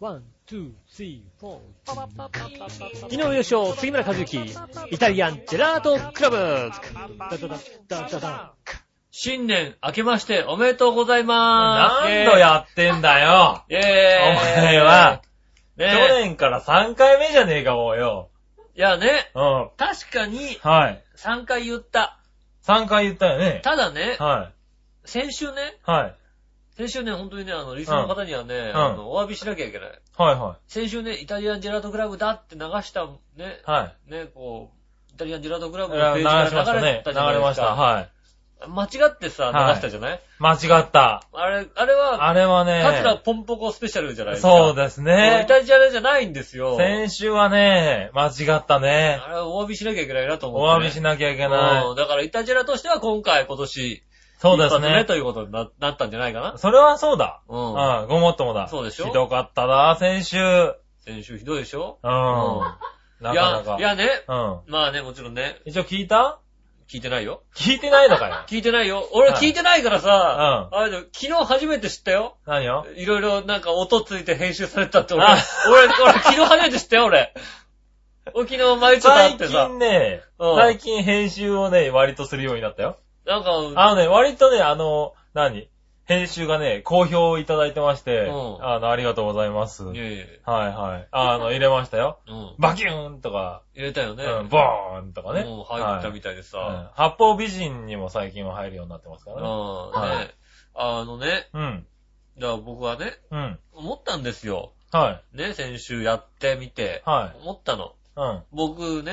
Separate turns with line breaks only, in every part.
ワン、ツー、スリー、フォー。
昨日優勝、杉村和之、イタリアンジェラートクラブ。
ダダダ、ダダダ。
新年明けましておめでとうございまーす。
何度やってんだよ。
イェーイ。
お前は、
ね
去
え。
年から3回目じゃねえか、もうよ。
いやね、
うん。
確かに
はい。
3回言った。
3回言ったよね。
ただね、
は
先週ね、
い。はい。
先週ね、本当にね、あの、リスナーの方にはね、
ん
あの、お詫びしなきゃいけない。
はいは
先週ね、イタリアンジェラートクラブだって流した、ね、
い。はい。
ね、こう、イタリアンジェラートクラブ
流
の
し
ページ
ま
か
した
ら流れ
ね。
て
流
たじゃない
れ
で
ますした。
か。
はい。
間違ってさ、
はい
流したじゃない、
間違った。
あれ、あれは、
あれはね、
カツラポンポコスペシャルじゃないですか。
そうです
もうイ
ね。
タリアンじゃないんですよ。
先週はね、間違ったね。
あれはお詫びしなきゃいけないなと思
お
って、
詫びし
なき
なきゃいけない。
だからイタジェラとしては今回、今年、
そうです
一発目
ね。
ということにななったんじゃないかな。
それはそうだ。
う。
うんん、ごもっともだ。
そうでしょ
ひどかったな、先週。うん。
先週ひどいでしょ
ないか
や
な、か
い。やね、
うん。
まあね、もちろんね、
一応聞いた
聞いてないよ。
聞いてないのかよ。
聞いてないよ。俺
はい
聞いてないからさ、
う
あれだよ昨日初めて知ったよ。
何よ
いろいろなんか音ついて編集されたって俺、
あ
俺、俺昨日初めて知ったよ、俺。俺昨日毎日会っ
最
てさ
近、ね、
うん
最近編集をね、割とするようになったよ。
なんか、
あのね、割とね、あの、何編集がね、好評をいただいてまして、
うん
あの、ありがとうございます。はいい
やいやいや
はい。あの、入れましたよ。
うん。
バキューンとか、
入れたよね。
うん、ボーンとかね。
もう入った
はい
みたいでさ、
うん八方美人にも最近は入るようになってますからね。
うん
はい
ね。あのね、
うん。
だから僕はね、
うん。
思ったんですよ。
はい。
ね、先週やってみて、
はい。
思ったの。
うん。
僕ね、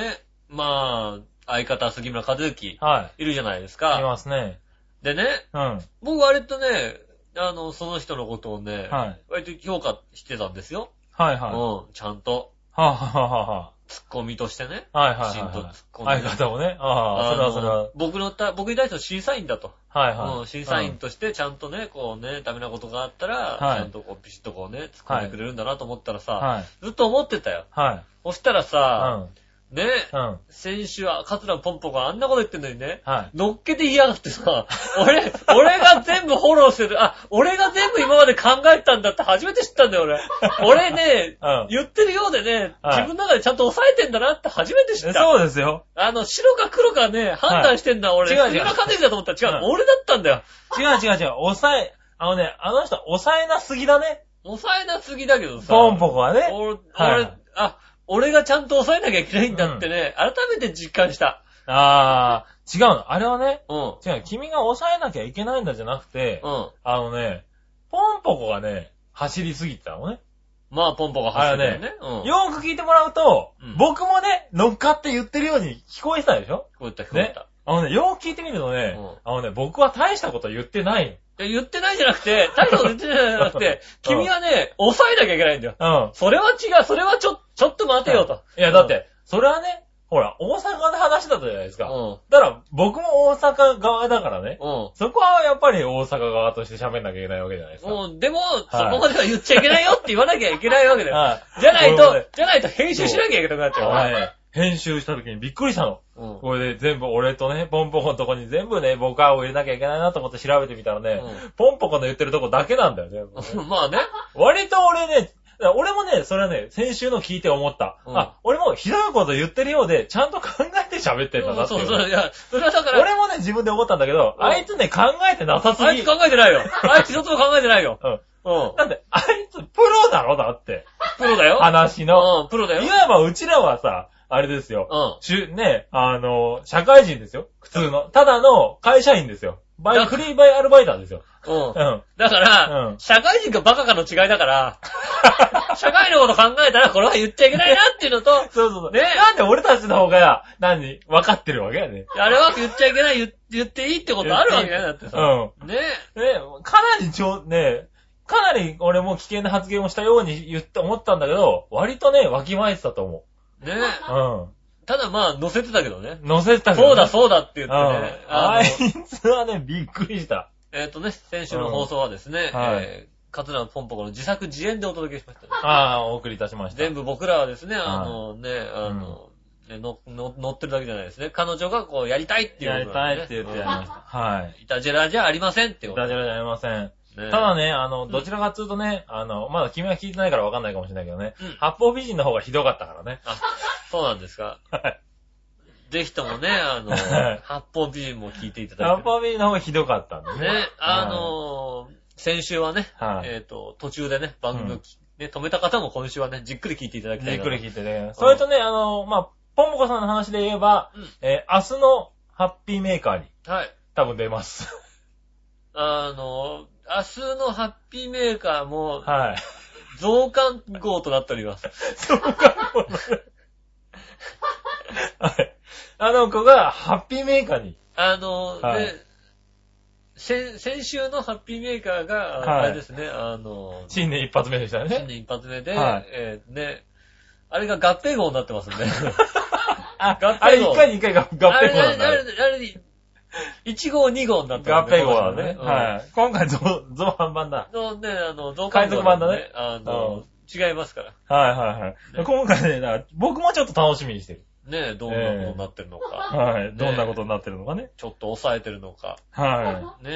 まあ、相方杉村和之、
はい
るじゃないです
い。い
か。
ますね。
でね、
うん。
僕割とね、あの、その人のことをね、
はい
割と評価してたんですよ。
はいはい。は
うん、ちゃんと、
あはあはあはあ
ツッコミとしてね。
はいはい
きちんと突
はい
っ。込んで
相方もね。ああ、それはそれ
あ
は
の。僕のた、僕に対しての審査員だと。
はい
うん
はい。
審査員としてちゃんとね、こうね、ダメなことがあったら、
はい
ちゃんとこう、ビシッとこうね、突っ込んでくれるんだなと思ったらさ、
うん。はい。
ずっと思ってたよ。
はい。
そしたら
う
さ、
ん。
ね、
うん。
先週は、カツラポンポがあんなこと言ってんのにね、
はい。
乗っけて嫌がってさ、俺、俺が全部フォローする、あ、俺が全部今まで考えたんだって初めて知ったんだよ、俺。俺ね、
うん
言ってるようでね、
はい
自分の中でちゃんと抑えてんだなって初めて知った。
そうですよ。
あの、白か黒かね、判断してんだ、俺。
違う違う
杉村和之だと思ったら違う、
うん
俺だったんだよ。
違う違う違う。抑え、あのね、あの人、抑えなすぎだね。
抑えなすぎだけどさ。
ポンポコはね。
俺、
はい
俺、あ、俺がちゃんと抑えなきゃいけないんだってね、改めて実感した。
ああ、違うの。あれはね、
うん。うん。
違う。君が抑えなきゃいけないんだじゃなくて、あのね、ポンポコがね、走りすぎてたのね。
まあ、ポンポが走ってるよね。うん。
よーく聞いてもらうと
うん、
僕もね、乗っかって言ってるように聞こえてたでしょ
聞こえた、聞こえ
ね
た。。
あのね、よーく聞いてみるとね
うん、
あのね、僕は大したこと言ってない
いや言ってないじゃなく て、大したこと言ってないじゃなくて、
うん
君はね、抑えなきゃいけないんだよ。
の。うん。
それは違う、それはちょ、ちょっと待てよと。
いや、だって、それはね、ほら、大阪の話だったじゃないです
う
か。
ん。
だから、僕も大阪側だからね。
うん。
そこはやっぱり大阪側として喋んなきゃいけないわけじゃないですか。
もう、でも、そこまでは言っちゃいけないよって言わなきゃいけないわけだよ。
はい
じゃない
俺も
と
ね、
じゃないと編集しなきゃいけなくなっちゃう
俺
わ。
ね編集した時にびっくりしたの。
うん。
これで全部俺とね、ポンポコのとこに全部ね、僕はを入れなきゃいけないなと思って調べてみたらね、
うん
ポンポコの言ってるとこだけなんだよね。
ま あね。
割と俺ね、俺もね、それはね、先週の聞いて思った。
うん
あ、俺もひどいこと言ってるようで、ちゃんと考えて喋ってんだなってい。
そううそう、いや、それはだから、
俺もね、自分で思ったんだけど、
うん
あいつね、考えてなさす
あい
ぎ
つ。考えてない よ。あいつ一つも考えてないよ。
うん。
うん。
だって、あいつプロだろだって。
プロだよ。
話の。
うん、プロだ
い
よ。
わばうちらはさ、あれですよ。
う
しゅ、ね、あの、社会人ですよ。普通の。ただの会社員ですよ。バ
だ
イ、フリーバイアルバイターですよ。
ん。うん
う。ん。
だから、
うん
社会人かバカかの違いだ から、社会のこと考えたらこれは言っちゃいけないなっていうのと、
そうそうそう。
ね
なんで俺たちの方が、何、分かってるわけやね。
あれは言っちゃいけない、言言っていいってことあるわけないだって
う
さ。
ん。
ね
ね、かなりちょ、ね、かなり俺も危険な発言をしたように言って思ったんだけど、割とね、わきまえてたと思
え。ねえ。
う。
ただまあ、乗せてたけどね。
うん。乗せてたけど、ね。
そうだ、そうだって言って
うん
ね。あ
あ
の
いつはね、びっくりした。
えっとね、先週の放送はですね、
うんはい
えーカツラのポンポコの自作自演でお届けしましたね。
ああ、お送りいたしました。
全部僕らはですね、あのね、あの、ねのの乗ってるだけじゃないですね。彼女がこう、やりたいっていう
やり
こと
た
なん
いっ
でね
て言ってやりました。はい。
うんイタジェラじゃありませんって
い
こと。
たじらじゃありません。
ね
ただね、あの、どちらかっていうとね、あの、まだ君は聞いてないからわかんないかもしれないけどね、
うん
八方美人の方がひどかったからね。
あ、そうなんですか。
はい
ぜひともね、あの、
はい
八方美人も聞いていただ
八
いて。
方美人の方がひどかったんでね。
ね、あのー先週はね、
はい
えっ、と、途中でね、番組をき、ね、止めた方も今週はね、じっくり聞いていただきた
じ
い
っ
な
くり聞いてね。それとね、あの、まあ、ポンポコさんの話で言えば、
うん
えー明日のハッピーメーカーに
はい。
多分出ます。
あのー明日のハッピーメーカーも、
はい。
増刊号となっております。
そうかもね。はい。あの子がハッピーメーカーに。
あの、
はい
で、先、先週のハッピーメーカーが、
はい
あれですね、あの、
新年一発目でした
新
ね。
年一発目で、
はい
えーね、あれが合併号になってますんで。
あ
合併号
あれ一回に一回 が合併号
あれ、
なん
あ
だ。
れ、あれ、1号、2号になって
合
ます
併号なんだね。
ここは
はい。今回ゾウ、ゾウ版版だ。
うんのね、あの、増
海
刊
賊
号
版だね
なんで。あの、違いますから。
はいはいはい。
ね
今回ね、だから僕もちょっと楽しみにしてる。
ね、どんなことになってるのか、
はい。
ね
どんなことになってるのかね。
ちょっと抑えてるのか、
は
ね、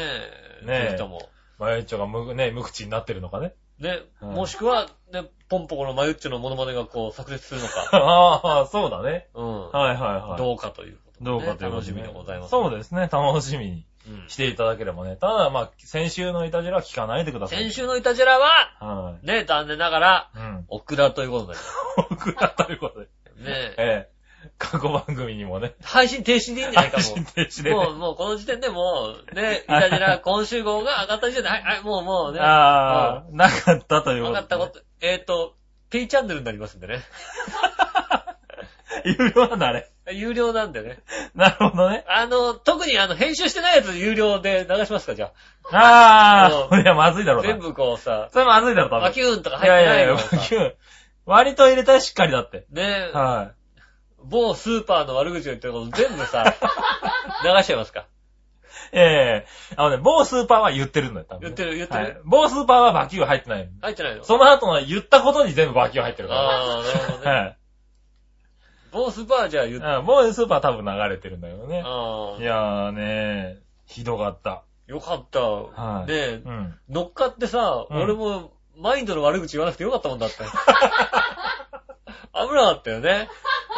ね
ぜひとも。
い。マユッチョが無、ね、無口になってるのかね。
ね、
はい
もしくは、ね、ポンポコのマユッチョのモノマネがこう、炸裂するのか。
ああ、そうだね。
うん。
はいはいはい。
どうかということで
ど
ね、
うかということ
楽しみでございます。
そうですね。楽しみに
うん
していただければね。ただまあ、先週のイタジラは聞かないでください。
先週のイタジェラは、
は
ね、残念ながら、
い。うん。
オクラということで
僕らということで。
ね。ね
ええ。過去番組にもね。
配信停止でいいんじゃないか
配
も
信。停止でね。
もう、もうこの時点でもう、ね、 イタジェラ今週号が上がった時点で、はい、はい、もうもうね、
ああ、なかったという
上
ことで
がったこと、えっと、P チャンネルになりますんでね。
有料なんだ、あれ。
有料なんでね。
なるほどね。
あの、特にあの、編集してないやつ有料で流しますか、じゃ
ああ、
う
これはまずいだろ
あ。
うな。
全。部こうさ、
それまずいだろ、多
バ
分。
キューンとか
い
入っ
やい
てな
や
い
いや、
の
バ
がさ
キュー割と入れたらしっかりだって。
ね
は
某スーパーの悪口を言ってること全部 さ、流しちゃいますか。
い。ええあのね、某スーパーは言ってるんだよ、多分
言っ
ね。
てる言って
は
る
い某スーパーはバキュー入ってない。
入ってないの
その後の言ったことに全部バキュー入ってるか
ああ、なるほど
ら。
ね。
はい。
某スーパーじゃ言って、
うん某スーパーは多分流れてるんだけどね。
あ
い
あ、
やーねひどかった。
よかった。
は
ね
い
え
う、ん。
乗っかってさ、
うん
俺も、マインドの悪口言わなくてよかったもん だって。危なかったよね。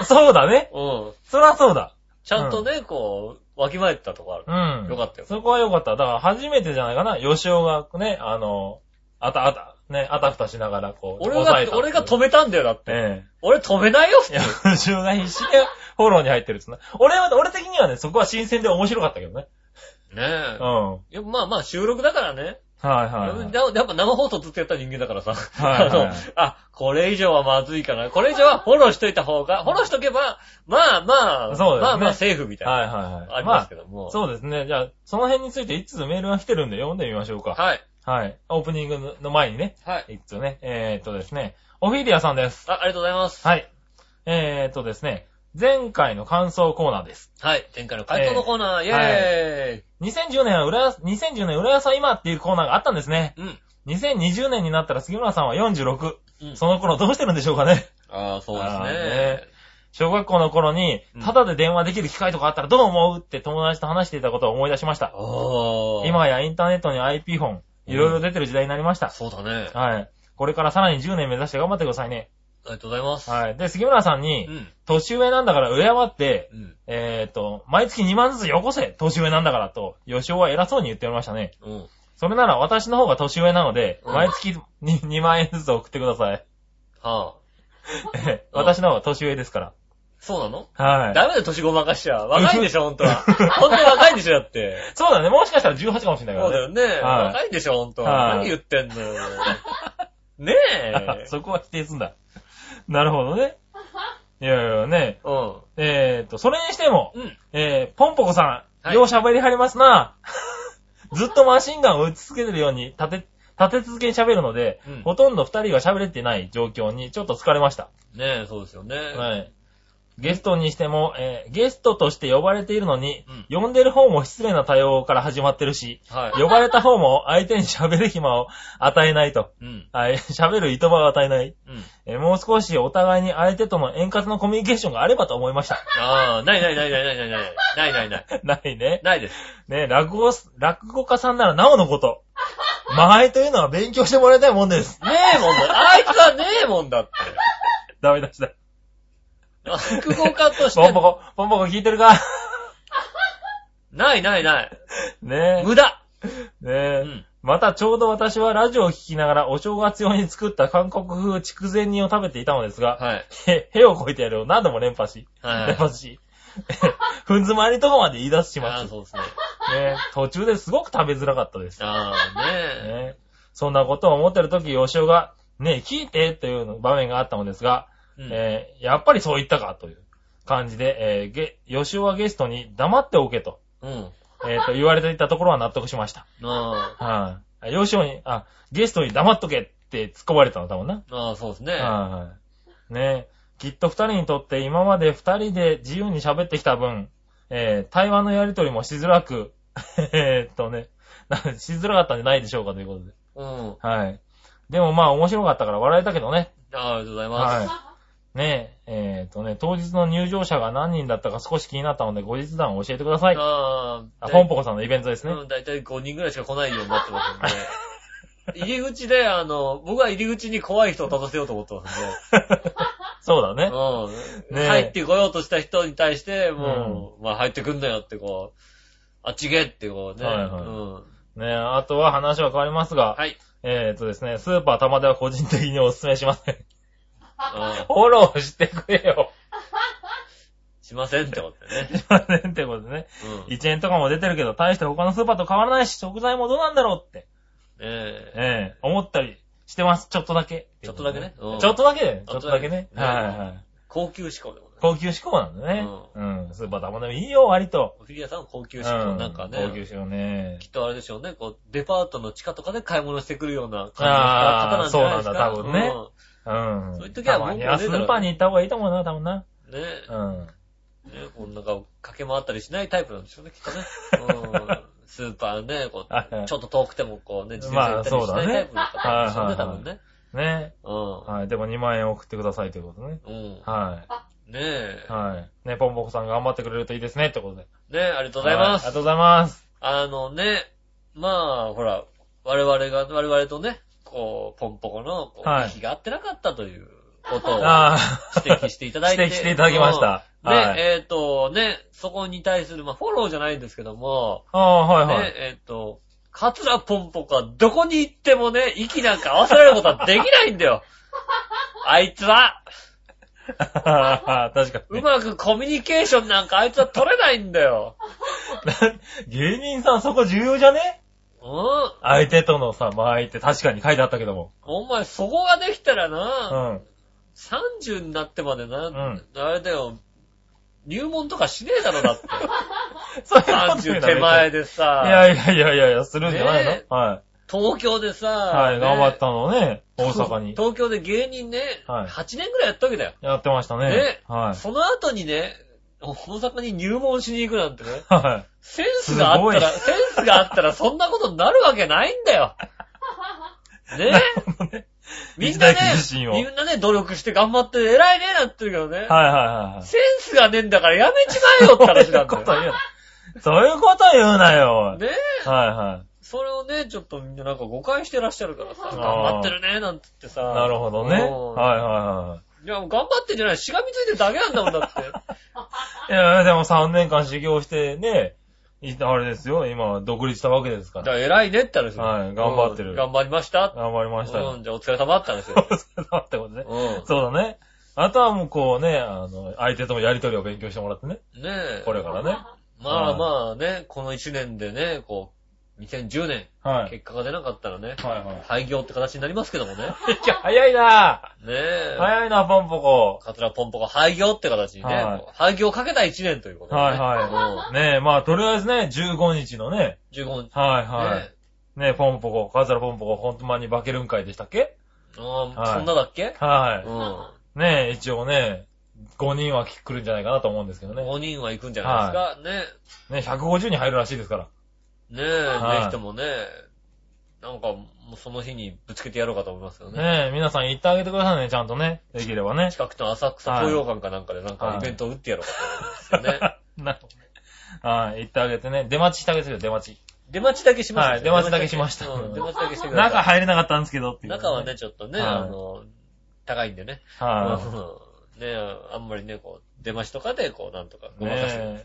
そうだね。
うん。
そらそうだ。
ちゃんとね、こう、わきまえてたとこある。
うん。
よかったよ
そこはよかった。だから初めてじゃないかな。吉尾がね、あの、あたあた、ね、あたふたしながらこう。
俺
抑え
が、
た
俺が止めたんだよ、だって。
え
俺止めないよ、普
え。
通
いや、吉尾が必死でフォローに入ってるっつうな。俺は、俺的にはね、そこは新鮮で面白かったけどね。
ねえ
うん。はい
や。まあまあ、収録だからね。
はい。
ややっぱ生放送ずっとやった人間だからさ。
はいはい
あの、あ、これ以上はまずいかな。これ以上はフォローしといた方が、フォローしとけば、まあまあ、
そうです
ま
ね
あまあセーフみたいな。
はいはいはい。
ありますけども。
まあそうですね。じゃあ、その辺について一通メールが来てるんで読んでみましょうか。
はい。
はい。オープニングの前にね、
はい。
一通ね。えーっとですね、オフィリアさんです。
あ、ありがとうございます。
はい。えーっとですね、前回の感想コーナーです。
はい。前回の回答のコーナー、イェーイ
2010年は裏や、2010年裏屋さん今っていうコーナーがあったんですね。
うん。
2020年になったら杉村さんは46。
うん
その頃どうしてるんでしょうかね。
ああ、そうです
あー
ね
ね。小学校の頃に
うん、
ただで電話できる機会とかあったらどう思うって友達と話していたことを思い出しました。
おー。
今やインターネットに IP 本、いろいろ出てる時代になりました。
そうだね。
はい。これからさらに10年目指して頑張ってくださいね。
ありがとうございます。
はい。で、杉村さん
う
に、
ん。
年上なんだから上山って、
うん。
えっ、と、毎月2万ずつよこせ年上なんだからと、吉尾は偉そうに言っておりましたね。
うん。
それなら私の方が年上なので、
うん
毎月に2万円ずつ送ってくださ い。
はあ。
え私の方が年上ですから。
そうなの
はい。
ダメだよ、年ごまかしちゃ。若いん でしょ、ほんとは。ほんと若いんでしょ、だって。
そうだね。もしかしたら18かもしれない
そう
か
だ
ら
よ
ね。
ね。
はい
若いんでしょ、ほんと
は
は。
い
何言ってん のよ。ねえ。
そこは否定すんだ。な るほ どね。いやいやね。
うん。
えー、と、それにしても、
うん。
えー、ポンポコさん、
はい
よう喋りはりますな。 ずっとマシンガンを打ち続けてるように立て、立て続けに喋るので、
うん
ほとんど2人が喋れてない状況にちょっと疲れました。
ねえ、そうですよね。
はい。ゲストにしても、えーゲストとして呼ばれているのに、呼んでる方も失礼な対応から始まってるし、
はい。
呼ばれた方も相手に喋る暇を与えないと。
うん。
はい、喋る言葉を与えない。
うん。
えーもう少しお互いに相手との円滑なコミュニケーションがあればと思いました。
ああ、ないないないないないないない。ないないない。
ないね。
ないです。
ね、落語す、落語家さんならなおのこと。間合いというのは勉強してもらいたいもんです。
ねえもんだ。あいつはねえもんだって。
ダメ出しだ。
落語家とし
ポンポ
て、
コ、ポンポコ聞いてるか
ないないない。
ね
無駄。
え。ね
う
え。
ん。
またちょうど私はラジオを聞きながらお正月用に作った韓国風筑前煮を食べていたのですが、
はい。
へ、へをこいてやるを何度も連発し、
はい
連。発し、 ふん詰まりとこまで言い出しま
ああ、
し
そうですね。
た。ね、途中ですごく食べづらかったです。
ああ、ね
ね、そんなことを思ってるとき、吉尾が、ねえ、聞いてという場面があったのですが、
え。うん
えーやっぱりそう言ったかという感じで、えーげ吉尾はゲストに黙っておけと,、
うん。
えーと言われていたところは納得しました。
あ
はい。幼少に、あ、ゲストに黙っとけって突っ込まれたのだもんな。
あ、ああ、そうですね。
はい。ねえ。きっと二人にとって今まで二人で自由に喋ってきた分、えー、対話のやりとりもしづらく、 えーっとね、なしづらかったんじゃないでしょうかということで。
うん。
はい。でもまあ面白かったから笑えたけどね。
ああありがとうございます。
はい。ねえ、えーっとね、当日の入場者が何人だったか少し気になったので後日談を教えてください。
ああ、
あ、ポンポコさんのイベントですね。
うん、だいたい5人ぐらいしか来ないようになってますん で。入り口で、あの、僕は入り口に怖い人を立たせようと思ってますんで。
そうだね。
うん。
ねえ
入ってこようとした人に対して、もう、まあ入ってくんなよってこう、あっちげえってこうね。
はいはい
うん。
ねえ、あとは話は変わりますが、
はい。
えーとですね、スーパー玉では個人的にお勧めしません。
うん
フォローしてくれよ。
しませんってことだよね。
しませんってこと
う
でね。
ん。ね
1円とかも出てるけど、大して他のスーパーと変わらないし、食材もどうなんだろうって、
え。
ええ思ったりしてます。ちょっとだけ。
ちょっとだけねうん
ちょっとだけだよね。
ち
ち
ょっ
ょ
と
っと
だ
だ
け
け
ね
ね。はいはいはい。
高級志向でございま
高級志向なんだね。うん。スーパー玉でもいいよ、割と。
す。フィギュアさんは高級
う
志向。なんかね。
高級志向ね
き。っとあれでしょうね、こう、デパートの地下とかで買い物してくるような
あー
感じの方なんじゃないですか。
そうなんだ多分うん。
そういう時はもう
たまにはスーパーに行った方がいいと思うな、多分な。
ね。ね
うん。
ね、こうなんか、駆け回ったりしないタイプなんでしょうね、きっとね。うん。スーパーね、こ
はいは
う、
い
ちょっと遠くてもこうね、自転車行ったりしないタイプの方なんでしょうね、多分ね。
ね。
う
はい。でも2万円送ってくださいということね。
ん。うん。
はい。
ねえ。
はい。ね、ポンポコさん頑張ってくれるといいですね、ってことで。
ねえ、ありがとうございま
はありが
す。
とうございます。
あのね、まあ、ほら、我々が、我々とね、こう、ポンポコの、こ
は
う、
い
息が合ってなかったということを
あ
指摘していただ
あ、
いて。
指摘していただきまし
うん。
た。
ね、
はい。
えっ、と、ね、そこに対する、まあ、フォローじゃないんですけども、
ああ、はいは
ね
い。、
えっ、と、カツラポンポコはどこに行ってもね、息なんか合わせられることはできないんだよ。 あいつは、
確かに
う
ね。
まくコミュニケーションなんかあいつは取れないんだよ。
芸人さんそこ重要じゃね
うん
相手とのさ、間合いって確かに書いてあったけども。
お前そこができたら
う
な、
ん。
30になってまでな、
ん
あれだよ、入門とかしねえだろだ って。
そういうこと言う
30
なら
手前でさ、
いやいやいやいやいや、するんじゃないの、
ね
は
東京でさ、
い。はい、
ね
頑張ったのね、大阪に。
東京で芸人ね、
はい
8年ぐらいやったわけだよ。
やってましたね。
ね
はい。
その後にね、大阪に入門しに行くなんてね。
はい。
センスがあったら、センスがあったらそんなことになるわけないんだ よ。ねみんなね
一大決心、を
みんなね、努力して頑張って偉いねなんて言うけどね。
はいはいはいはい。
センスがねえんだからやめちまえよって話なん
そういうこと
だ
言う
よ。
な。 そういうこと言うな よ。
ね
はいはい。
それをね、ちょっとみんななんか誤解してらっしゃるからさ、頑
ー
張ってるねなんて言ってさ。
なるほどね。はい
い。
はい
や、もう頑張ってんじゃない。しがみついてるだけなんだもん だって。
いはい。いや、でも3年間修行してね、いあれですよ、今独立したわけですか。
だからら偉いねって話。
はい頑張ってる
うん頑張りました。
頑張りました
う
よ。
ん、じゃあお疲れ様って話
そ
よ。
うだってことね。
う
そうだね。あとはもうこうね、あの、相手とのやりとりを勉強してもらってね。
ん。ねえ。
これからね。
まあ
はい
まあね、この1年でね、こう、2010年、
はい。
結果が出なかったらね、
はいは
廃業って形になりますけ どもね。ね
い。いや、早いな
え。
早いな、ポンポコ。
カツラポンポが廃業って形にね、
はい
こう廃業をかけた1年ということで、ね。
はいはねえ、まあ、とりあえずね、15日のね、
い。15日。
はい
ね
は
え
い。ねえ、ポンポコ、カズラポンポコ、ほんとまに化けるんかいでしたっけ
あー
はい
そんなだっけ
は
う
い。
ん。
ねえ、一応ね、5人は来るんじゃないかなと思うんですけどね。
5人は行くんじゃないですか。
ね、150に入るらしいですから。
ね。ねえ、
はい
ぜひともね、なんか、もうその日にぶつけてやろうかと思いますよね。
ねえ、皆さん行ってあげてくださいね、ちゃんとね。できればね。
近くの浅草東洋館かなんかでなんかイベントを打 ってやろうかと思いますよね。
なるほどね。はい、行ってあげてね。出待ちしてあげてください、出待ち。
出待ちだけしましたね。
はい出待ちだけしました
うん出待ちだけしてくだ
中
さ
入れなかったんですけどって
い。
いう、
中はね、、ちょっとね、
はい
あの、高いんでね。
は
うんねあんまりね、こう、出待ちとかで、こう、なんとか
い。
ごまかす。
ね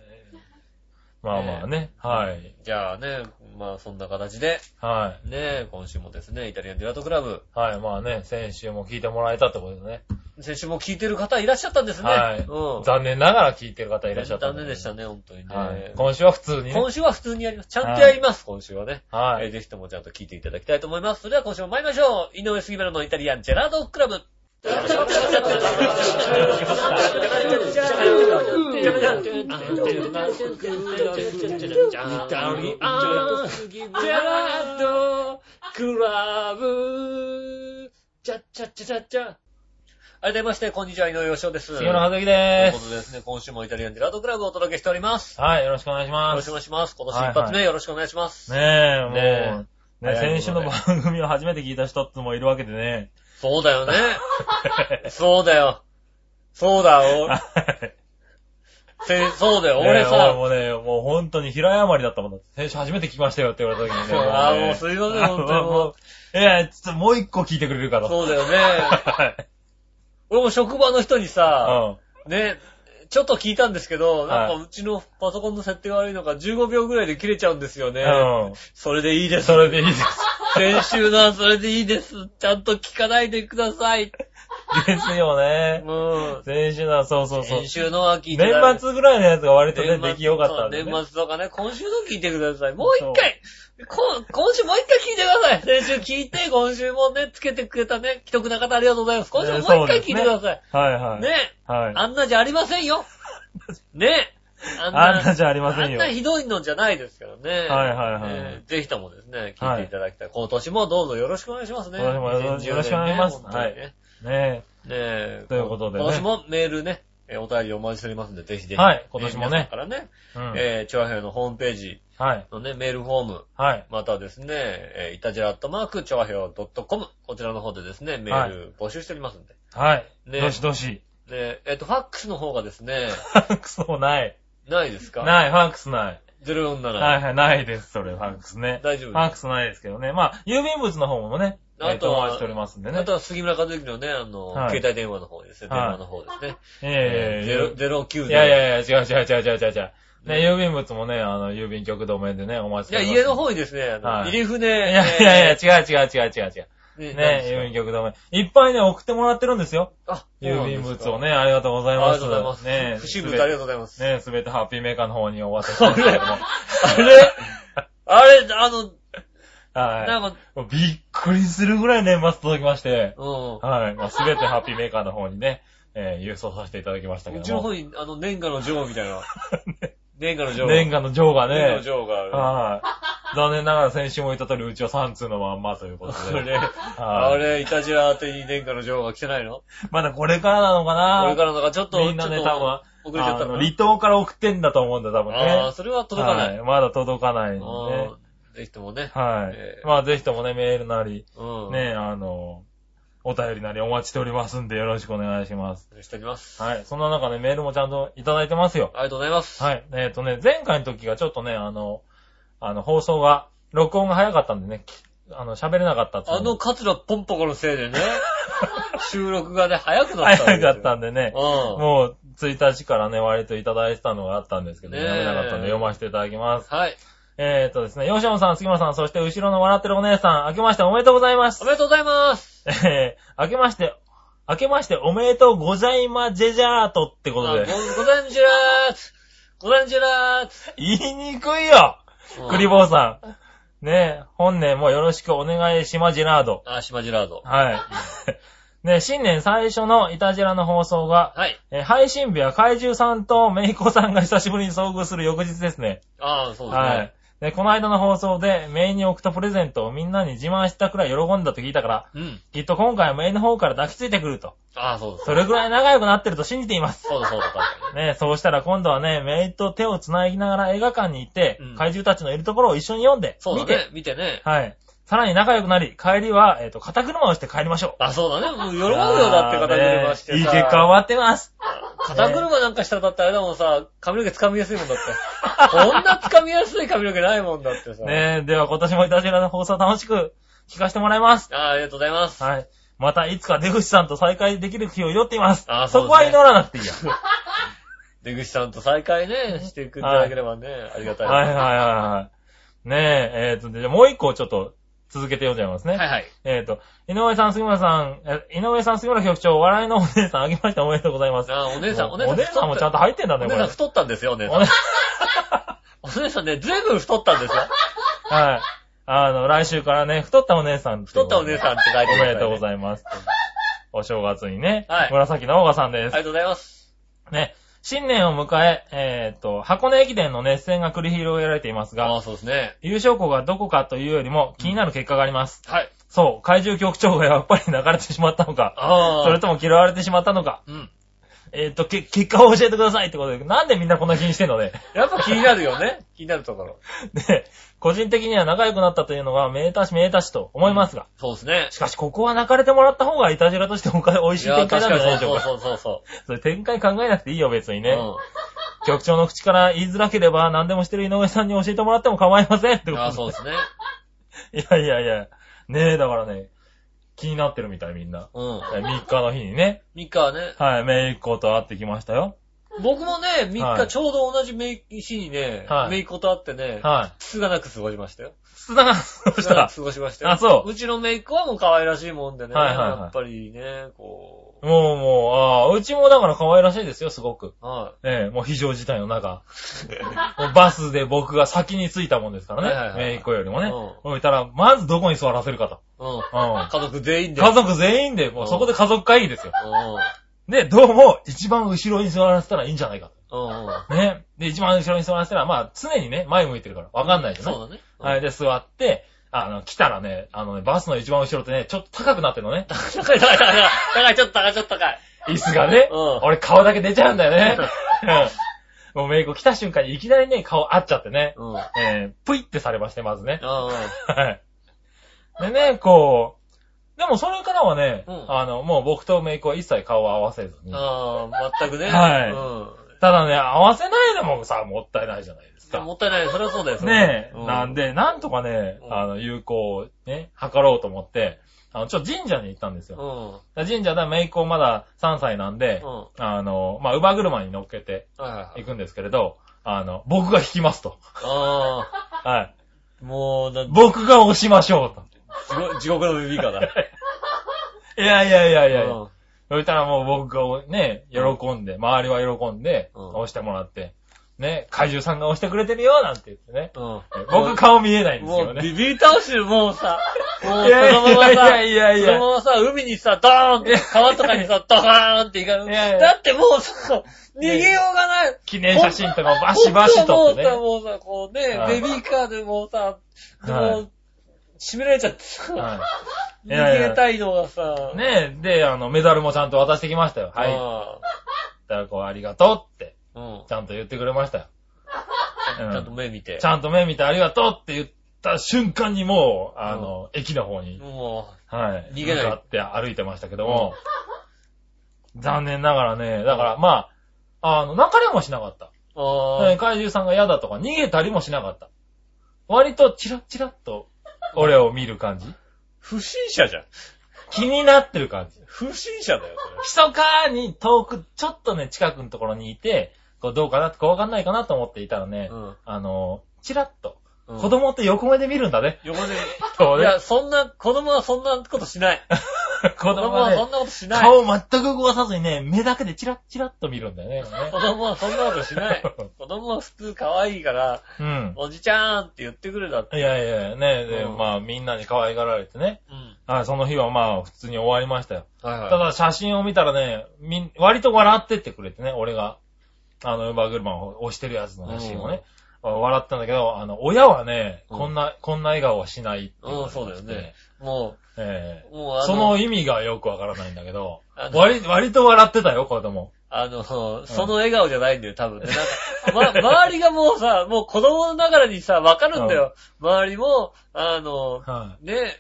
まあまあね、はい。
じゃあね、まあそんな形で、
は
ね、今週もですね、イタリアンディラートクラブ、
い。はい、まあね、先週も聞いてもらえたってことでね。
先週も聞いてる方いらっしゃったんですね。
はい
うん。
残念ながら聞いてる方いらっしゃった。
残念でしたね、本当にね。
はい。今週は普通にね。
今週は普通にやります。ちゃんとやります、今週はね。
は
えー
い。
ぜひともちゃんと聞いていただきたいと思います。それでは今週も参りましょう。井上杉村のイタリアンジェラードクラブ。あれまして、こんにちは、井上洋翔です。
杉村
は
和
と
之
い
で
うことでですね、今週もイタリアンジェラードクラブをお届けしております。
す。はい、よろしくお願いし
よ
ま
ろしく
す
お。願いします。今年一発目よろしくお願いします。
ねえ、もう、
ね
ね
早いこ
先週
と
の
で
番組を初めて聞いた人ってもいるわけで ね。
そうだよね。そうだよ。そうだ よ。
はい
せそうだよ。
ねえ
俺さ、
もうね、もう本当に平謝りだったもんだって。先週初めて聞きましたよって言われた時にね。
ああ、
ね
もうすいません、本当にも
もういや、ちょっともう一個聞いてくれるか
う。
と。
そうだよ ね。
はい。
俺も職場の人にさ、
うん。
ね、ちょっと聞いたんですけど、なんか
は
うちのパソコンの設定が悪いのか15秒ぐらいで切れちゃうんですよね。
うん
それでいいです。
それでいいです。
先週のはそれでいいです。ちゃんと聞かないでください。
ですよね。
うん。
先週な、そうそうそう
先。週のは聞いてられ
年末ぐらいのやつが割とね、出来良かったんで、
年
ね。
末とかね、今週の聞いてください。もう一回こ今週もう一回聞いてください。先週聞いて、今週もね、つけてくれたね、既得な方ありがとうございます。今週ももう一回聞いてください。
はいはい。
ね
はい。
あんなじゃありませんよ。ねあ
あんなじゃありませんよ
あんなひどいのじゃないですからね。
はいはいはい
ねぜひともですね、聞いていただきたい。今年もどうぞよろしくお願いしますね。
今年もよろ
2010年
しく
ね
よろしくお願いします
本当にね
はね
ねえ。
ということでね
今年もメールね、えーお便りお待ちしておりますんで、ぜひぜひ。
はい今年
え
もね
ー皆さんからね、
え。うん。
えー、チョアヘヨのホームページ
はい。
のね、メールフォーム、
はい。
またはですね、えー、いたじらアットマーク、チョアヘヨ .com、こちらの方でですね、メール募集しておりますんで。
はい。
ね
どしどし。
で、えっ、と、ファックスの方がですね、
ファックスもない。
ないですか
ない、ファックスない。
047。
はいはい、ないです、それ、ファックスね。
大丈夫
ファックスないですけどね。まあ、郵便物の方もね、
あ
あ
と
と
は
はしておりますんで
あ
ね
と。は杉村和之のね、あの、
はい
携帯電話の方ですね、電
はい
話の方ですね。
ええ
ゼロ09
いやいやいや、違う違う違う違う違う。ね、
ね
郵便物もね、あの、郵便局同盟でね、お待ちし
い
てお
や、
ります。
家の方にですね、あの
はい
入り船、
いやいやいや、違う違う違う違う違う。
ね
ね、郵便局同盟。いっぱいね、送ってもらってるんですよ。
あ、
郵便物を
ね。
ね、ありがとうご
あ
ざい
りが
ます。
とうございます。
ね、
不審物ありがとうございます。
ね、すべてハッピーメーカーの方にお渡ししてるんですけども。
あ れあれ、あの、
は
なんか、
い。びっくりするぐらい年末届きまして、
う
はい。まあ、す べてハッピーメーカーの方にね、えー郵送させていただきました
ん。
け
う
ど
ちの
も。
方に、あの、年賀の女王みたい な。年賀の女王。
年賀の女王が
年賀
ね
の、女王があ
はい。残念ながら先週も言った通り、うちは3通のまんまということ
る。 あ
で。
れ、
は
あ
い
れ、イタジラ宛てに年賀の女王が来てないの
まだこれからなのかな
これからなんかちょっと、
みんなね
ちょっ
多分
と遅れちゃったの
あの
かな
離島から送ってんだと思うんだ、多分ね。
ああ、それは届かない。
はまだ届かないんでね。
うんぜひともね。
はい。
えー
まあ、ぜひともね、メールなり、
うん。
ね、あの、お便りなりお待ちしておりますんで、よろしくお願いします。
お願いしております。
はい。そんな中ね、メールもちゃんといただいてますよ。
ありがとうございます。
はい。えっ、とね、前回の時がちょっとね、あの、あの、放送が、録音が早かったんでね、きあの、喋れなかったっていう
あの、カツラポンポコのせいで ね、収録がね、早くなったんです
早
よ。
かったんでね、
うん。
もう、1日からね、割といただいてたのがあったんですけど、
ねえ
やめなかったんで読ませていただきます。
はい。
えー、とですね、ヨシオンさん、杉村さん、そして後ろの笑ってるお姉さん、明けましておめでとうございま
お
す。
めでとうございます。
えー、明けまして、明けましておめでとうございまジェジャートってこ
あご
とで。
ござんじゅらーつ。ござんじゅらーつ。
言いにくいよ
うん
クリボーさん。ねえ、本年もよろしくお願いしまジェラード。
あ、島ジェラード。
はい。ねえ新年最初のイタジェラの放送が、
はい。
えー配信日は怪獣さんとメイコさんが久しぶりに遭遇する翌日ですね。
ああ、そうですね。
はい。で、この間の放送で、メイに送ったプレゼントをみんなに自慢したくらい喜んだと聞いたから、
うん。
きっと今回はメイの方から抱きついてくると。
ああ、そうです。
それぐらい仲良くなってると信じています。
そうだそうだ、確か
ねそうしたら今度はね、メイと手を繋ぎながら映画館に行って、
うん
怪獣たちのいるところを一緒に読んで、
に。そ
見
うだね
て、。
見てね。
はい。さらに仲良くなり、帰りは、えっ、と、肩車をして帰りましょう。
あ、そうだね。もう喜ぶよ、だって
あー
方にましてさ。
ねいい結果を待ってます。
肩車なんかしたらだってあれだもんさ、髪の毛掴みやすいもんだ って。こんな掴みやすい髪の毛ないもんだってさ。
ねえ、では今年もいたじらの放送楽しく聞かせてもらいます。
ああ、ありがとうございます。
はい。またいつか出口さんと再会できる日を祈っています。
あそう
そ
ですね
こは祈らなくていいや。
出口さんと再会ね、してくんじゃなければね、ありがたい。
はいはい
は
はいはい。ねえ、えっ、と、じゃあもう一個ちょっと続けて読んじゃいますね。
いはい。
えっ、と、井上さん、杉村さん、え井上さん、杉村局長、お笑いのお姉さん、あげましておめでとうございます。
ああ、お姉さん、
もう
お姉さん。
お姉さんもちゃんと入ってんだね、
お
こ
姉
れ
さん。太ったんですよ、お姉さん。
お姉
お姉さんね、ずいぶん太ったんですよ。
はい。あの、来週からね、太ったお姉さん。
太ったお姉さんって書いて
おめでとうご
い
ざいます。お正月にね、
はい
紫のオガさんで
ます。ありが
す。
とうございます。
ね、新年を迎え、えーっと、箱根駅伝の熱戦が繰り広げられています
あ
が、
あ、そうですね。
優勝校がどこかというよりも気になる結果があります。
はい。
そう、怪獣局長がやっぱり流れてしまったのか、
ああ。
それとも嫌われてしまったのか、
うん。
えーっと、け結果を教えてくださいってことで、なんでみんなこんな気にしてんのね。
やっぱ気になるよね。気になるところ。
で、個人的には仲良くなったというのが、めでたしめでたしと思いますが、
そうですね。
しかし、ここは泣かれてもらった方が、いたじらとしても美味しい展開なんじゃないでしょう
そう
か。
そうそうそ
それ展開考えなくていいよ、別に
う。
ね。局長の口から言いづらければ、何でもしてる井上さんに教えてもらっても構いませんって
うん。
こと
ああ、そうですね。
いやいやいや。ねえ、だからね、気になってるみたい、みんな。
うん。
3日の日にね、
3日はね、
はい、めいっ子と会ってきましたよ。
僕もね、3
はい
日ちょうど同じメイ日にね、
はい
メイ子と会ってね、
は
つつがなく過ごしましたよ。
い。つなが、そ
つ
し
つが
た
な
ら
く、過ごしましたよ。
あそう
うちのメイ子はもう可愛らしいもんでね、
はいはいはい
やっぱりね、こ
もうもう、ああ、うちもだから可愛らしいですよ、すごく。
う、は
ええ、もう非常事態の中。もうバスで僕が先に着いたもんですか
はいはい
ら
は
ね。
い
めいっ子よりもね。
う
置いたら、まずどこに座らせるかと。
い。うん。
う
家
ん。
族全員で。
家族全員で、もうそこで家族会議ですよ。
う
で、どうも、一番後ろに座らせたらいいんじゃないか
ん。うんうん。
と。ね。で、一番後ろに座らせたら、まあ、常にね、前向いてるから、わかんないじゃない
そうだね。
はい、で、座って、あの、来たらね、あのね、バスの一番後ろってね、ちょっと高くなってるのね。
高い高い高い高い。高い、ちょっと高い、ちょっと高い。
椅子がね。
うん
俺、顔だけ出ちゃうんだよね。うんもう、メイク来た瞬間にいきなりね、顔合っちゃってね。
うん。うんうん。
えー、ぷいってされまして、まずね。 はい。でね、こう、でもそれからはね、
うん
あの、もう僕とメイクは一切顔を合わせずに。
ああ、全くね。
はい
うん
ただね、合わせないのもさ、もったいないじゃないです
いや。
か。
もったいない。それはそうだよ。それは
ねえ、
う
なんで、なんとかね、
うん
あの、有効をね、測ろうと思って、あの、ちょ、っと神社に行ったんです
う
よ。
ん。うん。
だから神社だ、メイクまだ3歳なんで、
は
あの、まあ、馬車に乗っけて
いはいはい。
行くんですけれど、あの、僕が引きますと。
ああ、
はい。
もう、なん
僕が押しましょうと。
すごい地獄のベビーカー だ。
いやいやいや
い
いやいや。そしたらもう僕がね、喜んで、周りは喜んで、
うん
押してもらって、ね、怪獣さんが押してくれてるよ、なんて言ってね。
うん。
僕顔見えないんです
も
よ
う、
ね。
ビビー倒してる、もうさ。もう、そ
いやい
のまま
や
さ、
いやいやい
その
や。
ままさ、海にさ、ドーンって、川とかにさ、ドーンって行か
いやい
な
や
い。だってもうさ、逃げようがない。
記念写真とかバシバシ撮ってね。
もうさ、もうさ、こうね、
は
ベ
い
ビーカーでもうさ、
は
も、
いう
締められちゃってさ、
はいいやい
逃
や
げたいのがさ、。
ねで、あの、メダルもちゃんと渡してきましたよ。はい。だからこう、ありがとうって、
い。うん。
ちゃんと言ってくれましたよ。
ち
うん
ゃんと目見て
ち。ゃんと目見てありがとうって言った瞬間にもう、あの、駅の方に、
も
はい。
逃げない
向かって歩いてましたけども、残念ながらね、だからまあ、あの、泣かれもしなかった。
う、あ
ね怪獣さんが嫌だとか逃げたりもしなかった。割とチラッチラッと俺を見る感じ。
不審者じゃん。
気になってる感じ。
不審者だよ、こ
密かに遠く、ちょっとね、近くのところにいて、こうどうかなって怖がんないかなと思っていたらね、
れ。うん
あの、チラッと、
うん。
子供って横目で見るんだね。
横で。
そう
い
ね
や、そんな、子供はそんなことしない。
子
子供
供は
はそ
ね
ん、なことしない。
顔を全く動かさずにね、目だけでチラッチラッと見るんだよね。
子供はそんなことしない。 子供は普通可愛いから、
うん。
おじちゃーんって言ってくるだって。
いやいやいや、ね、で、
うん
まあみんなに可愛がられてね。
うん。
あその日はまあ普通に終わりましたよ。
はい
ただ写真を見たらね、みん、割と笑ってってくれてね、俺が。あの、ウーバーグルマンを押してるやつの写真をね。笑ったんだけど、あの、親はね、
うん
こんな、こんな笑顔はしないって言われまして
うんそうだよね。も
え
う、もう
え
あの、
その意味がよくわからないんだけど
あ、の
割、割と笑ってたよ、子供。
あの、その笑顔じゃないんだよ、多分ね。なんか、ま、周りがもうさ、 もう子供ながらにさ、わかるんだよ。周りも、あの、
は
ね、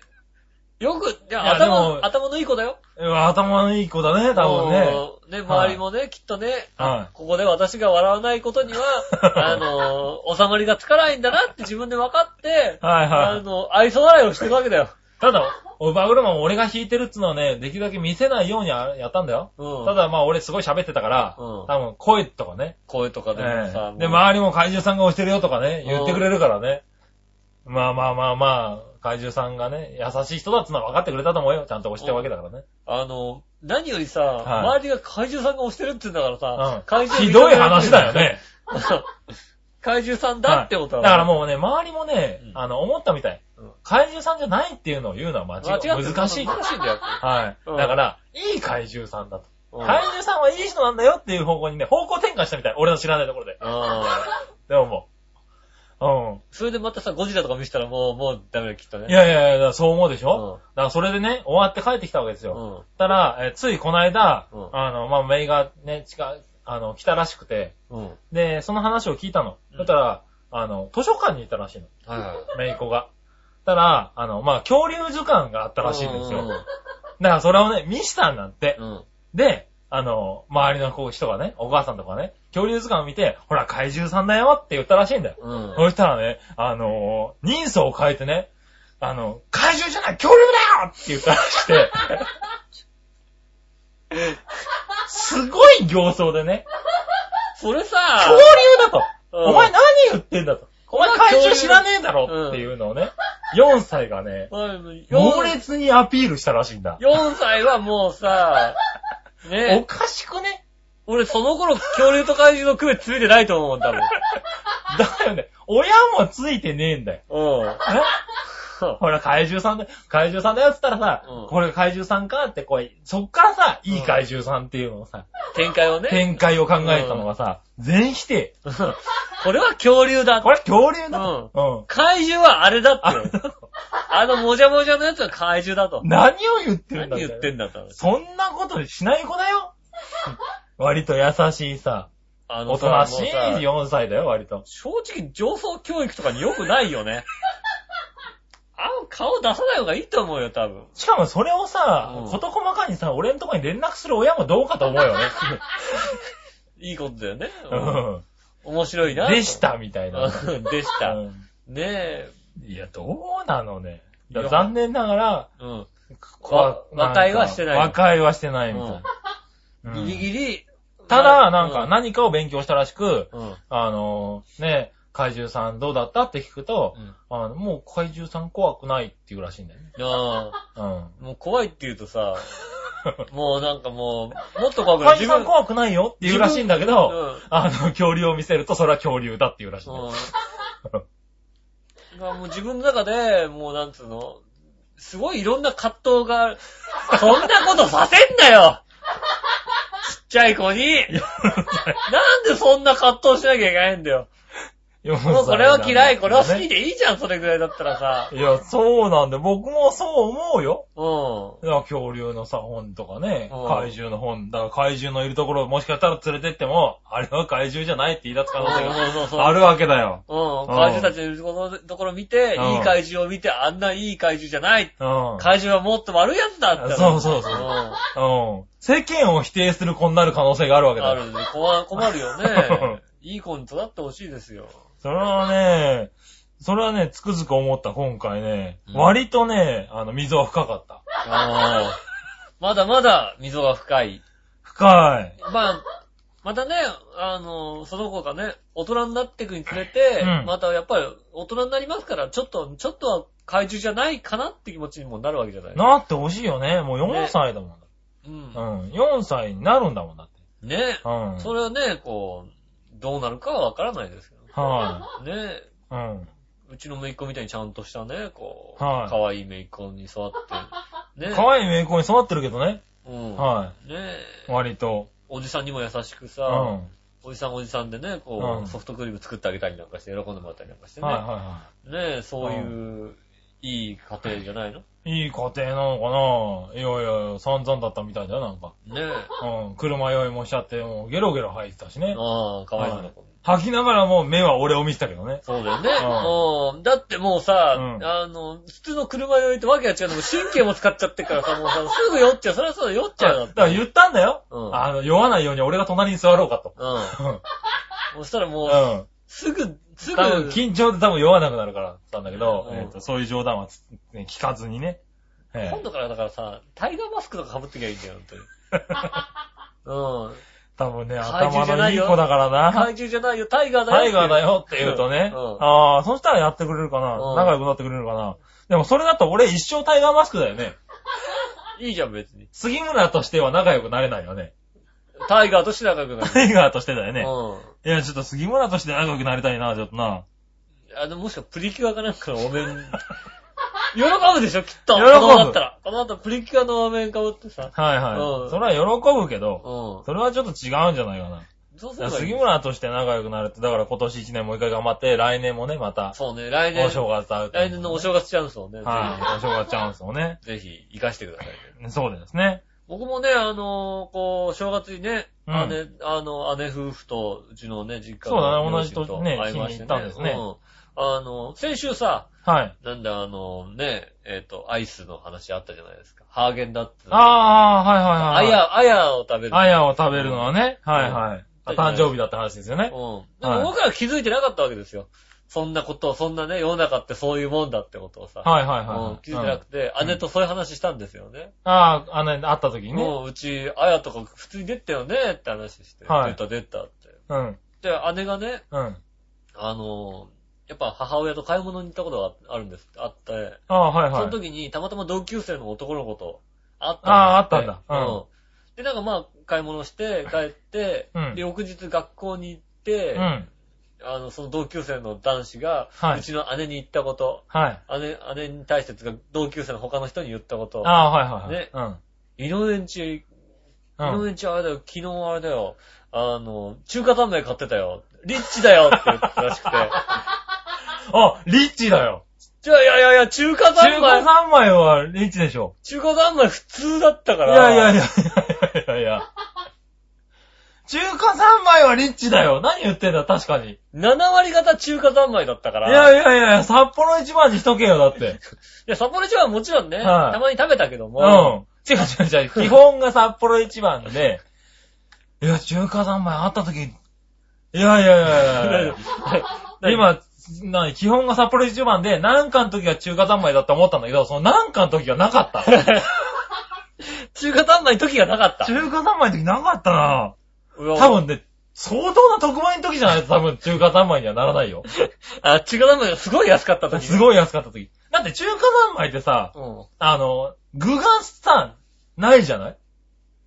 よく、いや、
いやでも
頭、頭のいい子だよ。
うわ頭のいい子だね、多分ね。
もうね、周りもね、きっとね、
は
ここで私が笑わないことに は、あの、収まりがつかないんだなって自分で分かって、
い。はい
あ
はい。
の、愛想笑いをしてるわけだよ。
ただ、おバグルマン俺が弾いてるっつうのはね、できるだけ見せないようにあやったんだよ。
うん。
ただまあ俺すごい喋ってたから、
うん
多分声とかね。
声とかでもさ
え、え
もう
で、周りも怪獣さんが押してるよとかね、言ってくれるからね。まあまあまあまあ、怪獣さんがね、優しい人だっつうのは分かってくれたと思うよ。ちゃんと押してるわけだからね。
あの、何よりさ、
い
周りが怪獣さんが押してるって言うんだからさ、
うん
怪獣
ひどい話だよね。
怪獣さんだってこと
だ
は、
からもうね、周りもね
う、ん
あの、思ったみたい
うん。
怪獣さんじゃないっていうのを言うのは間
間違
違
って
い。
る
難しい。
難しいんだよ。
はい。
うん
だから、いい怪獣さんだと。
うん
怪獣さんはいい人なんだよっていう方向にね、方向転換したみたい。俺の知らないところで。
うん
でもも
それでまたさ、ゴジラとか見せたらもう、もうダメだよ、きっと
う。
ね。
うん。いやいやいや、だからそう思うでし
うん
ょだからそれでね、終わって帰ってきたわけです
うん。
よ。たら、えーついこの間、
うん
あの、まあ、メイがね、近い、あの、来たらしくて、
うん。
で、その話を聞いたの。
うん
だったら、あの、図書館にいたらしいの。
はいはい。
メイコが。たら、あの、まあ、恐竜図鑑があったらしいんですよ。
うん
だからそれをね、見したんだって。
うん。
で、あの、周りのこう人がね、お母さんとかね、恐竜図鑑を見て、ほら、怪獣さんだよって言ったらしいんだよ。
うん。
そしたらね、あのー人相を変えてね、あの、怪獣じゃない恐竜だよって言ったらして、すごい形相でね、
それさ、
恐竜だと、
うん
お前何言ってんだとお前怪獣知らねえだろっていうのをね、4歳がね、猛
4
烈にアピールしたらしいんだ。
歳はもう さ、
お
ね、
かしくね
俺その頃恐竜と怪獣の区別ついてないと思うんだ
だよね。親もついてねえんだよ。
もん。うん。
ねほら、怪獣さんだ、怪獣さんだよって言ったらさ、
うん
これ怪獣さんかって、こう、そっからさ、いい怪獣さんっていうのをさ、
展開をね。
展開を考えたのがさ、全否定。
これは恐竜だ。
これ恐竜だ。
うん。
うん。
怪獣はあれだ
あ
って。あのもじゃもじゃのやつは怪獣だと。
何を言ってるんだ
何言って
ん
んだと。
そんなことしない子だ よ。割と優しいさ、
あ
お
の
となしい
さもうさ
4歳だよ、割と。
正直上層教育とかに良くないよね。あの顔出さない方がいいと思うよ、多分。
しかもそれをさ
う、ん
事細かにさ、俺んとこに連絡する親もどうかと思う よね。
いいことだよね。
う
うん
ん。
面白いな。
でした、みたいな。
うんでした。
う
ね
ん
え。
いや、どうなのね。いや
いや
残念ながら、
うん。
こわ
わ和解はしてない
んか和解はしてないみたい。うん
ギリギリ。
ただ、なんか
な、
何かを勉強したらしく、
うん。
あのー、ね、怪獣さんどうだったって聞くと、
うん
あのもう怪獣さん怖くないっていうらしいんだよね。
あ
うん
あ、もう怖いって言うと さ、もうなんかもう、もっと怖くな
怪
い。自
獣さ
分
ん怖くないよっていうらしいんだけど、
うん
あの、恐竜を見せるとそれは恐竜だっていうらしいんだよ。
うん。まあもう自分の中で、もうなんつうの、すごいいろんな葛藤がある。そんなことさせんなよちっちゃい子 に。なんでそんな葛藤しなきゃいけないんだよ。もうこれは嫌い、これは好き
で。
でいいじゃん、それぐらいだったらさ。
いや、そうなんで、僕もそう思うよ。
うん。
だから恐竜のさ、本とかね、
うん
怪獣の本、だから怪獣のいるところをもしかしたら連れてっても、あれは怪獣じゃないって言い出す可能性
そうそうそうそう
があるわけだよ。
うん。怪獣たちのいるこのところ見て、いい
うん
怪獣を見て、あんないい怪獣じゃない。
うん。
怪獣はもっと悪いやつだって。
そうそうそう
うん
うん。世間を否定する子になる可能性があるわけだ
あ
よ。
るんで、困困るよ ね。いい子に育ってほしいですよ。
それはね、それはね、つくづく思った、今回ね。
うん
割とね、あの、溝は深かった。
あーまだまだ溝が深い。
深い。
まあ、またね、あの、その子がね、大人になっていくにつれて、
うん
またやっぱり大人になりますから、ちょっと、ちょっとは怪獣じゃないかなって気持ちにもなるわけじゃない。
なってほしいよね。もう4歳だもん。
うん
う。ん。4歳になるんだもんだって。
ね。
うん。
それはね、こう、どうなるかはわからないですけど。
は
ね。
い。うん。
うちの姪っ子みたいにちゃんとしたね、こう、
はい
可愛い姪っ子に育って、ね。
可愛いメイコに育ってるけどね。
うん。
は
ね
い。割と。
おじさんにも優しくさ、
うん。
おじさんおじさんでね、こう、
うん
ソフトクリーム作ってあげたりなんかして、喜んでもらったりなんかしてね。
はいは
ねえ、そういう、いい家庭じゃないのね
いはい。いい家庭なのかないやいや、散々だったみたいだよ、なんか。
え。
うん。車酔いもしちゃって、もうゲロゲロ吐いてたしね。
ああ、かわいそうな子。
吐きながらも目は俺を見てたけどね。
そうだよね。
う
うん。だってもうさ、
うん
あの、普通の車酔いとわけが違うのも神経も使っちゃってっからさ、もうさ、すぐ酔っちゃう。そりゃそうだ、酔っちゃうよ
だから言ったんだよ。
うん
あの、酔わないように俺が隣に座ろうかと。
う
うん
ん。そ したらもう、
うん。
すぐ、すぐ、
多分緊張で多分酔わなくなるからだったんだけど、
うん
えーとそういう冗談はつね聞かずにね。えー
今度からだからさ、タイガーマスクとか被ってきゃいいんだよ、 本
多分ね、
怪獣
頭
じゃな
の
い
いい
よ
子だから
当に。うん。
な。
怪獣じゃないよ、タイガーだよ。
タイガーだ。よって言うとね、
うんうん
ああ、そしたらやってくれるかな、
うん
仲良くなってくれるかな。でもそれだと俺一生タイガーマスクだよね。
いいじゃん、別に。
杉村としては仲良くなれないよね。
タイガーとして仲良くな る。
タイガーとしてだよね。
う
いや、ちょっと杉村として仲良くなりたいな、ちょっとな。
ん。あの、もしかプリキュアかなんかのお面、 喜ぶでしょ、きっと。
喜ぶ
この後だったら。この後プリキュアのお面被ってさ。
はいはい。
うん
それは喜ぶけ
うん
ど、。それはちょっと違うんじゃないかな。
そうす
だか
れ
ら
ばいい
杉。村として仲良くなるって、だから今年1年もう一回頑張って、来年もね、また、
そうね、来年
お、正月会うと
来年のお正月チャンスをね、
はい、お正月チャンスをね。
ぜひ、ぜひ、生かしてくださいね。
そうですね。
僕もね、あのーこう、正月にね、
うん
姉、あの、姉夫婦と、うちのね、実家
そうだね
の両親
同じとね
会いまして
日に行ったんですね
うんあの、先週さ、
はい。
なんだ、あの、ね、えっ、と、アイスの話あったじゃないですか。ハーゲンダッツ。
ああ、は
あ
いはいはい。
や、あやを食べる。
あやを食べるのはね、はいはい。あ
うん
誕生日だって話ですよ
うん。で
ね。
も
はい
僕らは気づいてなかったわけですよ。そんなことを、そんなね、世の中ってそういうもんだってことをさ。
はいはいうは
ん気
い。
づいてなくて、
うん
姉とそういう話したんですよね。
ああ、あの、会った時にね。
もう、うち、あやとか普通に出てたよねって話して、
はい
出た出たって。
うん、
で、姉がね、
うん。
あのーやっぱ母親と買い物に行ったことがあるんです、あって、
ああ、はいは
その
い。
時にたまたま同級生の男の子と会ったんですって
あああったんだうん
うん。で、なんかまあ、買い物して、帰って、
うん
で、翌日学校に行って、
うん。
あの、その同級生の男子が、
はいう
ちの姉に言ったこと、
はい。
姉、姉に対してつうか、同級生の他の人に言ったこと、
ああ、はいはいはい
ね。井上んち、井
うん。うん。
上んちあれだよ、昨日あれだよ、あの、中華丹麺買ってたよ、リッチだよって言ったらし くて、
あ、リッチだよ。
じゃあ、いやいやいや、中華
中
三
古
昧、
三枚はリッチでしょ。
中華三昧普通だったか
い
ら。
やいやいやいやいやいや。中華三昧はリッチだよ。何言ってんだ、確かに。い
7割方中華三昧だったから。
や
い
いやいや、札幌一番にしとけよ、だって。
や、札幌一番はもちろんね、
はい
たまに食べたけど
うん
も、。
違う違う違う。基本が札幌一番で、いや、中華三昧会った時、いや いやいやいや
何
今、な、基本が札幌一番で、何かの時は中華三昧だって思ったんだけど、その何かの時はなかった。
中華三昧の時がなかった。
中華三昧の時なかったな多
多。
分ね、相当な特売の時じゃないと多分中華三昧にはならないよ。
あ、中華三昧がすごい安かった時。
す
い。
ごい安かった時。だって中華三昧ってさ、
うん。
あの、具がさ、ないじゃない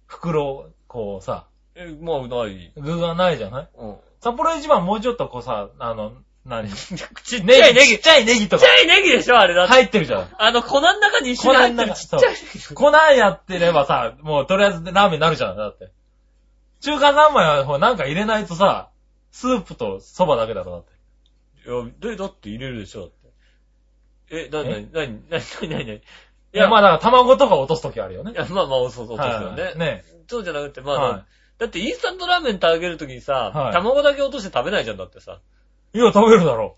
袋、こうさ、
え、まあ、ない。
具がないじゃない
うん。
札幌一番もうちょっとこうさ、あの、何ち
ちちっ
っ
ちゃいネギ。
ちっちゃいネギと
ちっち
か
ゃいネギでしょ、あれだって。
入ってるじゃん。
あの、粉の中に一緒に入ってるちっちゃいネギ。
粉やってればさ、もうとりあえずラーメンになるじゃん、だって。中華三昧はほらなんか入れないとさ、スープと蕎麦だけだろ、だって。
いや、で、だって入れるでしょ、だって。え、なにな
え
になになになになにい
いや、まあだから卵とか落とす時あるよね。
いや、まあまあ、そうそうそうですよ
は
ね
い。ね。
そうじゃなくて、まあ、
は
だってインスタントラーメン食べるときにさ、
はい
卵だけ落として食べないじゃんだってさ。
い。いや、食べるだろ。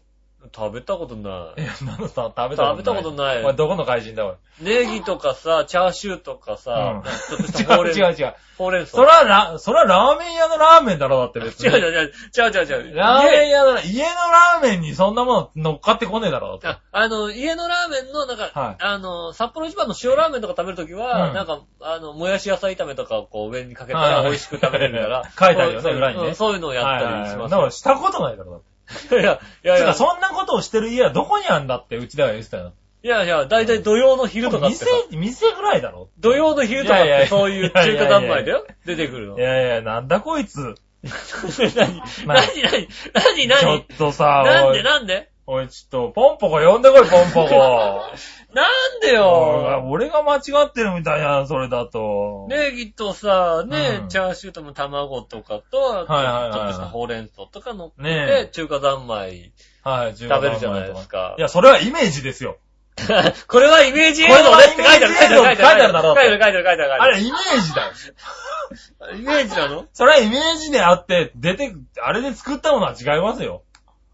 食べたことない
や、なんださ、食べたことない。
食べたことない
お前どこの怪人だ、おい。
い。ネギとかさ、チャーシューとかさ、
うん
ちょっとしたほう
違う
れん
違う違う。
ほうれん草。
そら、ら、そらラーメン屋のラーメンだろ、だって別
違う
に。
違う違う違う違う違う。
ラーメン
家
屋のラ、家のラーメンにそんなもの乗っかってこねえだろ、だっ
あ
て。
あの、家のラーメンの、なんか、
はい
あの、札幌一番の塩ラーメンとか食べるときは、
うん
なんか、あの、もやし野菜炒めとかをこう上にかけた
はい
ら
はい
美味しく食べれるから。
書いてあるよね
そう
裏にね
うんそういうのをやったりし
は
ま
い
すよ。
だからしたことないだろ、だって。
いや、いや
て
いや
か、、そんなことをしてる家はどこにあんだって、うちでは言ってたよ。
いやいや、だいたい土曜の昼とかってさ
店、、店ぐらいだろ。
土曜の昼とかっ
いやい
て
や
そういう中華三昧だよ。出てくるの
い。やいや、なんだこいつ。
何
まあ
何何何
ちょっ
何
とさ、
なん
お
で
い
なんで
おい、ちょっと、ポンポコ呼んでこ い、ポンポコ。
なんで
おい
よ
俺が間違ってるみたいやん、それだと。
ネギとさ、ね、
うん
チャーシューとも卵とかと、あと
はいはいはい
ちょっとしたほうれん草とか乗って、
ねえ
中華三昧。
はい、食
食べるじゃないですか
いや、それはイメージですよ。
これはイメージ映像ですって書いてある、書いてある、書いてある。書いてある、書いてある、書いてある。
あれ、イメージだよ。
イメージな の
それはイメージであって、出て、あれで作ったものは違いますよ。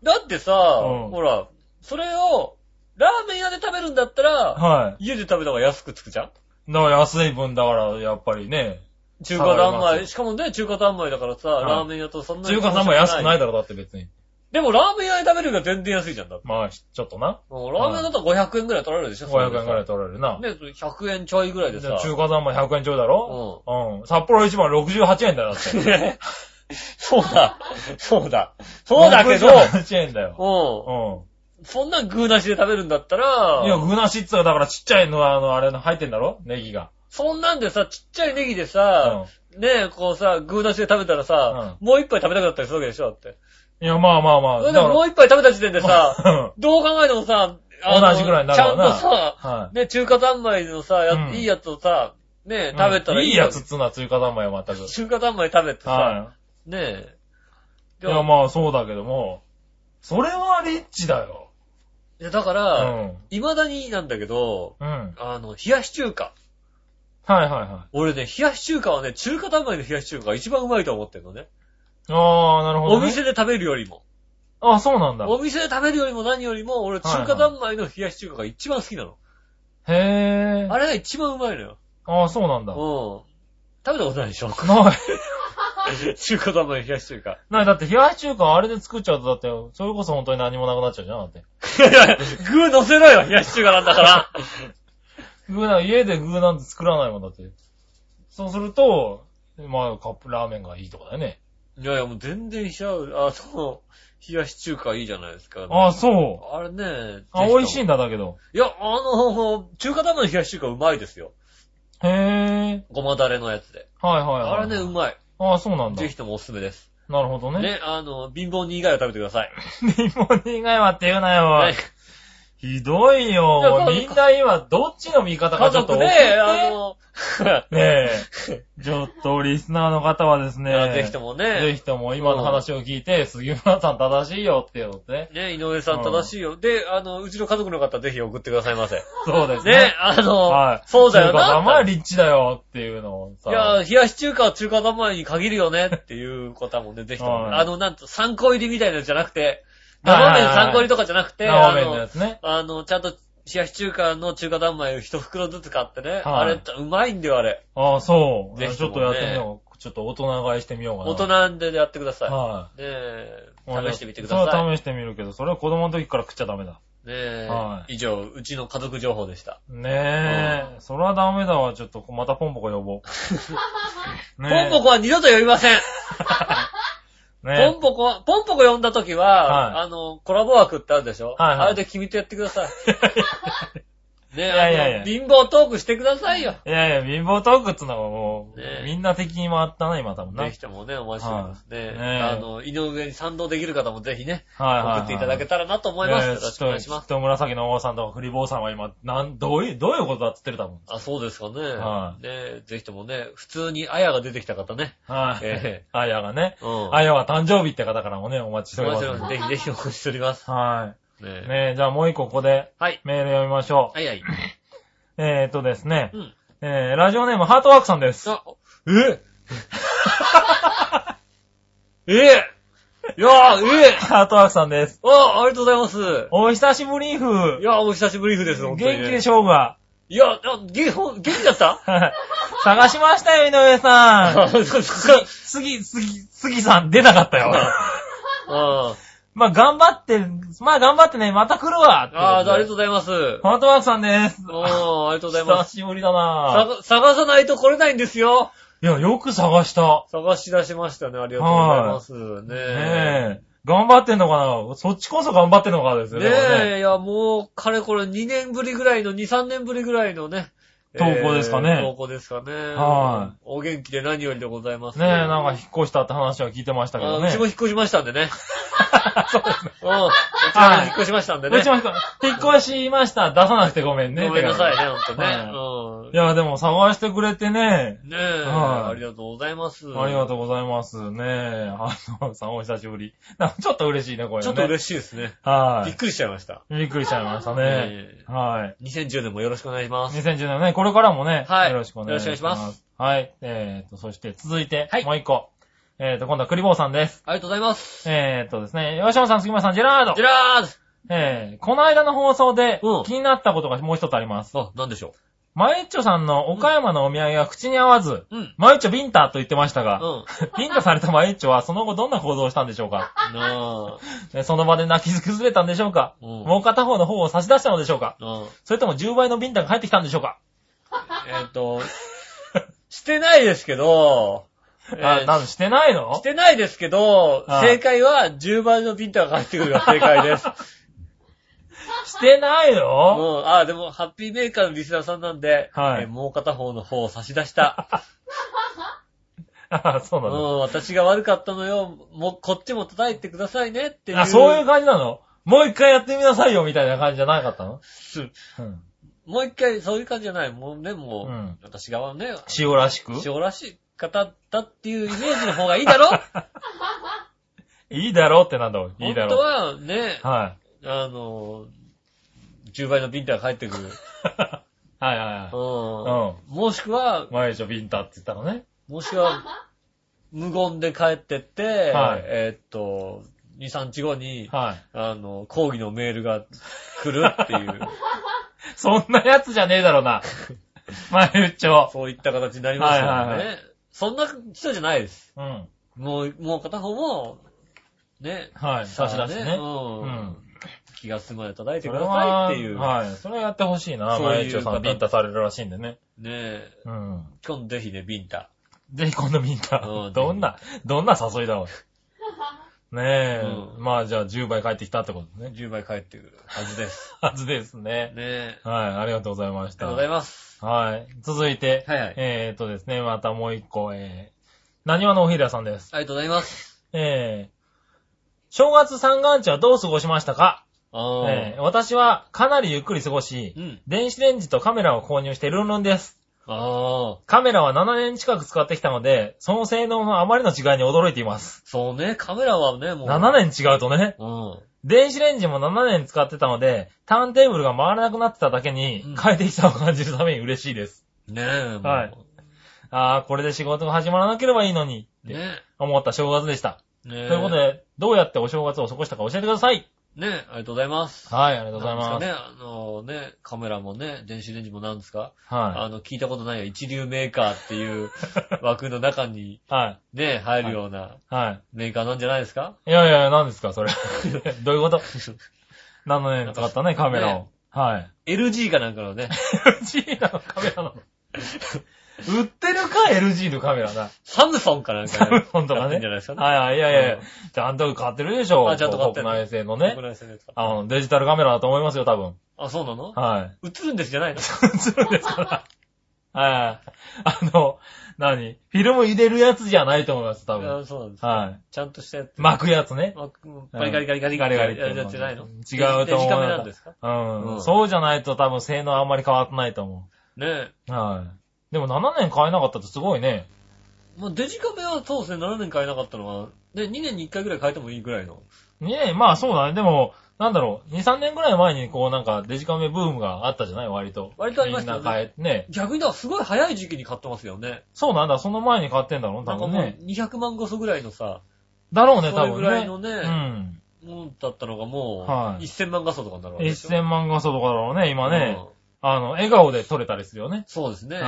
だってさ、
うん
ほら、それを、ラーメン屋で食べるんだったら、
は
家で食べた方が安くつくじゃん
い。だから安い分だから、やっぱりね。
中華三
下がりま
昧。しかもね、中華三昧だからさ、
はい
ラーメン屋とそんなに。。
中華さんも安くないいだろ、だって別に。
でもラーメン屋で食べるよりは全然安いじゃんだって。
まあ、ちょっとな。
もうラーメン屋だったら500円くらい取られるでしょ
500円くらい
い。
取られるな。
ね、100円ちょいぐらいで
じ
さ。
ゃあ中華三昧100円ちょいだろうん。札幌一番68円だよ、だって。
そうだ。そうだ。そうだけど、
68円だよ。
う。
うん
そんな具なしで食べるんだった
ん。いや、
ら、
具なしっつうか、だからちっちゃいのは、あの、あれの入ってんだろネギが。
そんなんでさ、ちっちゃいネギで
う
さ
ん、。
ねえ、こうさ、具なしで食べたらさ、もう一杯食べたくなったりするわけでしょだって。
いや、まあまあまあ。
それでももう一杯食べた時点でさ、
ら、
どう考えてもさ、
同じぐらいにな
ちゃ
るわ
んと
な
さ、
は
ね、中華三昧のさ、や
うん
いいやつをさ、ね
い。
食べたら
いいやつっつうのは中華三昧は全く。
中華三昧食べてさ、
は
ねえ。
い。いや、まあそうだけども、それはリッチだよ。
いやだか
うん。
ら、
うん。
未だになんだけど、
はい
あの、冷やし中華。
はいは
俺ね、冷やし中華はね、中華三昧の冷やし中華が一番うまいと思ってんのね。
い。ああ、なるほ
お
ど、ね。
店で食べるよりも。
あそうなんだ。
お店で食べるよりも何よりも、俺、中華三昧の冷やし中華が一番好きなの。
へえ。
あれが一番うまいのよ。
ああ、そうなんだ。
うん。食べたことないでしょ
ない。
中華三昧冷やし中華。
ない、だって冷やし中華あれで作っちゃうと、だって、それこそ本当に何もなくなっちゃうじゃん、だって。
いやいや、具乗せろよ、冷やし中華なんだから。
具な、家で具なんて作らないもんだって。そうすると、まあ、カップラーメンがいいとかだよね。
いやいや、 もう全然しちゃう。あ、そう。冷やし中華いいじゃないですか。
ああ、そう。
あれね。
あ、美味しい
い。
んだ、だけど。
いや、あの、中華玉の冷やし中華うまいですよ。
へえ。
ごまだれのやつで。
はいはいはい。
あれね、うまい。
ああ、そうなんだ
ぜ。ひともおすすめです。
なるほど ね。
ね、あの、貧乏人以外は食べてください。
リモン以外はって言うなよ。
ね
ひどい
いや
よ
だ。から
みんな今、どっちの味方
家
かちょっと
族
送
で、
って。
あの、
ねえ。 ちょっと、リスナーの方はです
いや
ね。
ぜひとも
ぜ
ね、
ひとも今の話を聞いて、杉村さん正しいよっていうのってね。
ね、井上さん正しいよ。で、あの、うちの家族の方ぜひ送ってくださいませ。
そうですね。
ね、あ
は
の、
い。
そうだよ
中華三昧
な。
はリッチだよっていうのを
い
さ。
や、冷やし中華は中華玉に限るよねっていう方 もね、ぜひと
はい
も。あの、なんと、3個入りみたいなのじゃなくて、
はい
生
はいはい
麺3個入りとかじゃなくて、
ラー
あ
メンのや
の、
つね。
あの、ちゃんと、冷やし中華の中華玉を一袋ずつ買ってね、あ
はい
れ、うまいんだよ、あれ。
ああ、そう。
ぜひ
ち
と
ょ
も
っ
ね
とやってみよう。ちょっと大人買いしてみようかな。
大人でやってください。
は
ねえ、
い。
試してみてくだ
それ
さい。
は試してみるけど、それは子供の時から食っちゃダメだ。
ねえ、
はい
以上、うちの家族情報でした。
ねえ、それはダメだわ。ちょっと、またポンポコ呼ぼ う。
ポンポ
コ
コは二度と呼びません、ポ
ね
ンポコは、ポンポコ呼んだ時は、
はい
あの、コラボ枠ってあるでしょ、
はいはい
あれで決めてやってくだ さい。ねえ、
いやいやいや
あの貧乏トークしてくださいよ。
え。いやいや、貧乏トークっつうのがもう、
ねえ
みんな敵に回ったな、今多分な。は
ぜ
い
ひともね、お待ちしておりますね。
はいねえ
あの、井上に賛同できる方もぜひね、
はいはい。
送っていただけたらなと思います。よろしくお願いし
ちょ
ま
っと
す。
と紫の王さんとかフリボーさんは今、なん、どういう、どういうことだっつってる多分。
あ、そうですかね。
はい
ねえ、ぜひともね、普通にあやが出てきた方ね。
はい。
え
あやがね。
え。うん。
あやは誕生日って方からもね、お待ちして
お
おり
待ち
ま
して
す
おります。ぜひぜひお待ちしております。
は
ね
い。
え。
ねえ、じゃあもう一個ここで
はい。
メール読みましょう。
はいはい。
えーっとですね
う、ん。
えー、ラジオネームハートワークさんです。
あ、え えいやー、ええ
ハートワークさんです。
あありがとうございます。
お久しぶりーふ
いやー、お久しぶりです、
元
本
気
当に、ね。
でしょうが。
いや、あ元ほん元気だった
はい 探しましたよ、井上さん。
あそうですか。
杉、杉、杉さん出なかっ たよ。
あ
まあ、頑張って、まあ、頑張ってね、また来るわって
あ、ああありがとう
う
ございます。
ことで。ハートワークさんです。
おー、ありがとうございま
久
す。
しぶりだ
さ
なぁ。
が探さないと来れないんですよ。
いや、よく探した。
探し出しましたね。ありがとうございます。ねえ。
ねえ。頑張ってんのかなそっちこそ頑張ってんのかですよ
ね
ね。でも
え、
ね
いや、もう、かれこれ2年ぶりぐらいの、2、3年ぶりぐらいのね。
投稿ですかね
投稿ですかね。。
はい
お元気で何よりでございます。
ねえ、なんか引っ越したって話は聞いてましたけ
あ
ど
う
ね
ち。も引っ越しましたんでね。うん。うちのに引っ越しましたんでね。
うちも引っ越引っ越しました。出さなくてごめんね。
ごめんなさい
手
ね、ほんとね。
紙。いや、でも探してくれてね。
うん。ねえ、
はい
ありがとうございます。
ありがとうございますね。あの、さんお久しぶり。なんかちょっと嬉しいね、これね。
ちょっと嬉しいですね。
は
びっくりしちゃいました。
い。びっくりしちゃいましたね。
え
はい。
え2010年もよろしくお願いします。
2010年ね、これからもね、
はい
よろしくお願いします。
よろしくお願いしま
はい。えーと、そして続いて、
はい
もう一個。えーと、今度はクリボーさんです。
ありがとうございます。
えーとですね、吉野さん、杉村さん、ジェラード
ジェラー
えー、この間の放送で
うん
気になったことがもう一つあります。
ドあ、なんでしょ
マエッチョさんの岡山のお土産が口に合わず、
う。うん。
マエッチョビンタと言ってましたが、
うん。
ビンタされたマエッチョはその後どんな行動をしたんでしょうか
なあ。
えその場で泣き崩れたんでしょうか
うん
もう片方の方を差し出したのでしょうか
うん。
それとも10倍のビンタが返ってきたんでしょうか
えっと、してないですけど、え
あ、な
ー
んしてないの
してないですけど、
あ
正解は10倍のビンタが返ってくるが正解 です。
してないの
うん。あ、でも、ハッピーメーカーのリスナーさんなんで、
はい
えーもう片方の方を差し出した。
あ、そう
う
なんの、、
私が悪かったのよ。もう、こっちも叩いてくださいねっていう。
あ、そういう感じなのもう一回やってみなさいよみたいな感じじゃなかったの
す
うん。
もう一回、そういう感じじゃない。もうね、もう、
うん
私側ね、
塩らしく
塩らしい方だっていうイメージの方がいいだろ
いいだろうってなんだろう いいだろ
本当
う。
はね、
はい。
あの、10倍のビンタが返って くる。
はいはいは。、
うん。もしくはい
マエチョビンタって言ったのね。
もしくは、無言で帰ってって、
はい
えーっと、2、3日後に、
はい。
あの、抗議のメールが来るって いう、
そんなやつじゃねえだろう な。マエチョ。
そういった形になりますよね。
はいはいは
そんな人じゃないです。
うん。
もう、もう片方も、ね、
はい。差し出してね。
うん
うん。
気が済むまで叩いて
そ
く
れ
だ
は、
さいっていう。
はい。それはやってほしいな。
そういう
マエチョさ
方
んビンタされるらしいんでね。
ねえ、
うん。
今度ぜひね、ビンタ。
ぜひ今度みん
う
な、
ん
どんな、どんな誘いだろう。ねえ、
うん
まあじゃあ10倍返ってきたってことね。
10倍返ってくるはずです。
はずですね
ね。え、
はい、ありがとうござい
ありが
まし
と
た。
うございます。
はい、続いて、
はいはい
えーっとですね、またもう一個、えー、何わのおひらさんです。
ありがとうございます。
えー、正月三元日はどう過ごしましたか、
ああ、
えー、私はかなりゆっくり過ごし、
うん。
電子レンジとカメラを購入してルンルンです。
ああ、
カメラは7年近く使ってきたので、その性能のあまりの違いに驚いています。
そうね、カメラはね、もう。
7年違うとね。
うん。
電子レンジも7年使ってたので、ターンテーブルが回らなくなってただけに
うん、
快適さを感じるために嬉しいです。
ねえ、もう。
はいああ、これで仕事が始まらなければいいのに、って
ね
思った正月でした。
え。ねえ。
ということで、どうやってお正月を過ごしたか教えてください。
ねえ、ありがとうございます。
はい、ありがとうござい
なん
ます。
ですかね、あのね、カメラもね、電子レンジもなんですか、あ
は
の、聞いたことないよ一流メーカーって いう枠の中に
い。はい。
ね、入るような
は
メーカーなんじゃないですか
い。いやいや、何ですか、それ。 どういうこと ?7 年使ったね、カメラを
ね。
はい。
?LG かなんかのね、
LG なの、カメラの。売ってるか、LG のカメラな。
サムソンかなんか
サムソンと
や
か
って
ね。
んじゃないですかね。
はいはい、いやいやいや
うん
ちゃんと買ってるでしょ。
あちゃんと買ってる
国内製のね
僕。らの世代ですか
あの、デジタルカメラだと思いますよ、多分。
あ、そうなの
はい。
映るんですじゃないの
映るんですから。はい。あの、何フィルム入れるやつじゃないと思います、多分。
あそうなんです。
は
ちゃんとしたやつ。
い。巻くやつね。
あ ガリガリガリガリ
ガリガリって
やってないの
違うと思う
デジカメなんですか
う。
うんん
そうじゃないと多分性能あんまり変わってないと思
ねえ。
う。はい。でも7年買えなかったってすごいね。
まあ、デジカメはそうですね、7年買えなかったのは、ね、2年に1回ぐらい変えてもいいぐらいの。
ねえ、まあそうだね。でも、なんだろう、2、3年ぐらい前にこうなんかデジカメブームがあったじゃない割と。
割とありましたよね
みんな買え、ねえ
逆にだからすごい早い時期に買ってますよね。
そうなんだ、その前に買ってんだろう
な
多
んか
分
もう
ね。
200万個そぐらいのさ、
だろうね、
そ
多
れ
分
ぐ
ね。
らいのね
うん。
ものだったのがも
は
う、
い
1000万画素とかになるわけでしょ。
1000万画素とかだろうね、今ね。
うん
あの、笑顔で撮れたりするよね。
そうです
う
ね。
ん。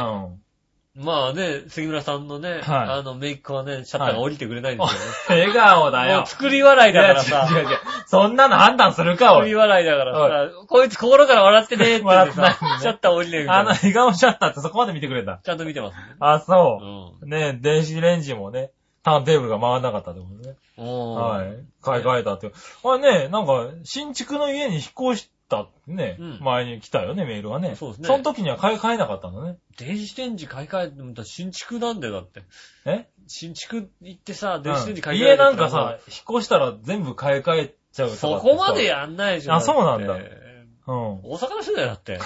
まあね、杉村さんのね、あの、メイクはね、シャッターが降りてくれないんですよね。
笑顔だ
も
よ
う。作り笑いだから
いや違う
さ、
違う違う。そんなの判断するか、
作り
俺。
笑いだからさ、こいつ心から笑ってねーって言って
笑ってない
さ
の、ね
シャッター降りねえみた
あ
い
の
な。
笑顔シャッターってそこまで見てくれた。
ちゃんと見てますね。
あ、
う
そ
ん。
う。ね電子レンジもね、ターンテーブルが回らなかったってことね。
おー
はい。買い替えたって。あれね、なんか、新築の家に引っ越した、ね、
うん
前に来たよね、メールがね。
そうですね
の時には買い替えなかったんだね。
電子レンジ買い替えてもだ新築なんだよ、だって。
え
新築行ってさ、電子レンジ買い替え
家
るって
なんかさ、引っ越したら全部買い替えちゃうとかって
そ
さ
こまでやんないじゃん。
あそうなんだ
って
うん。大
大阪の人だよ、だ って。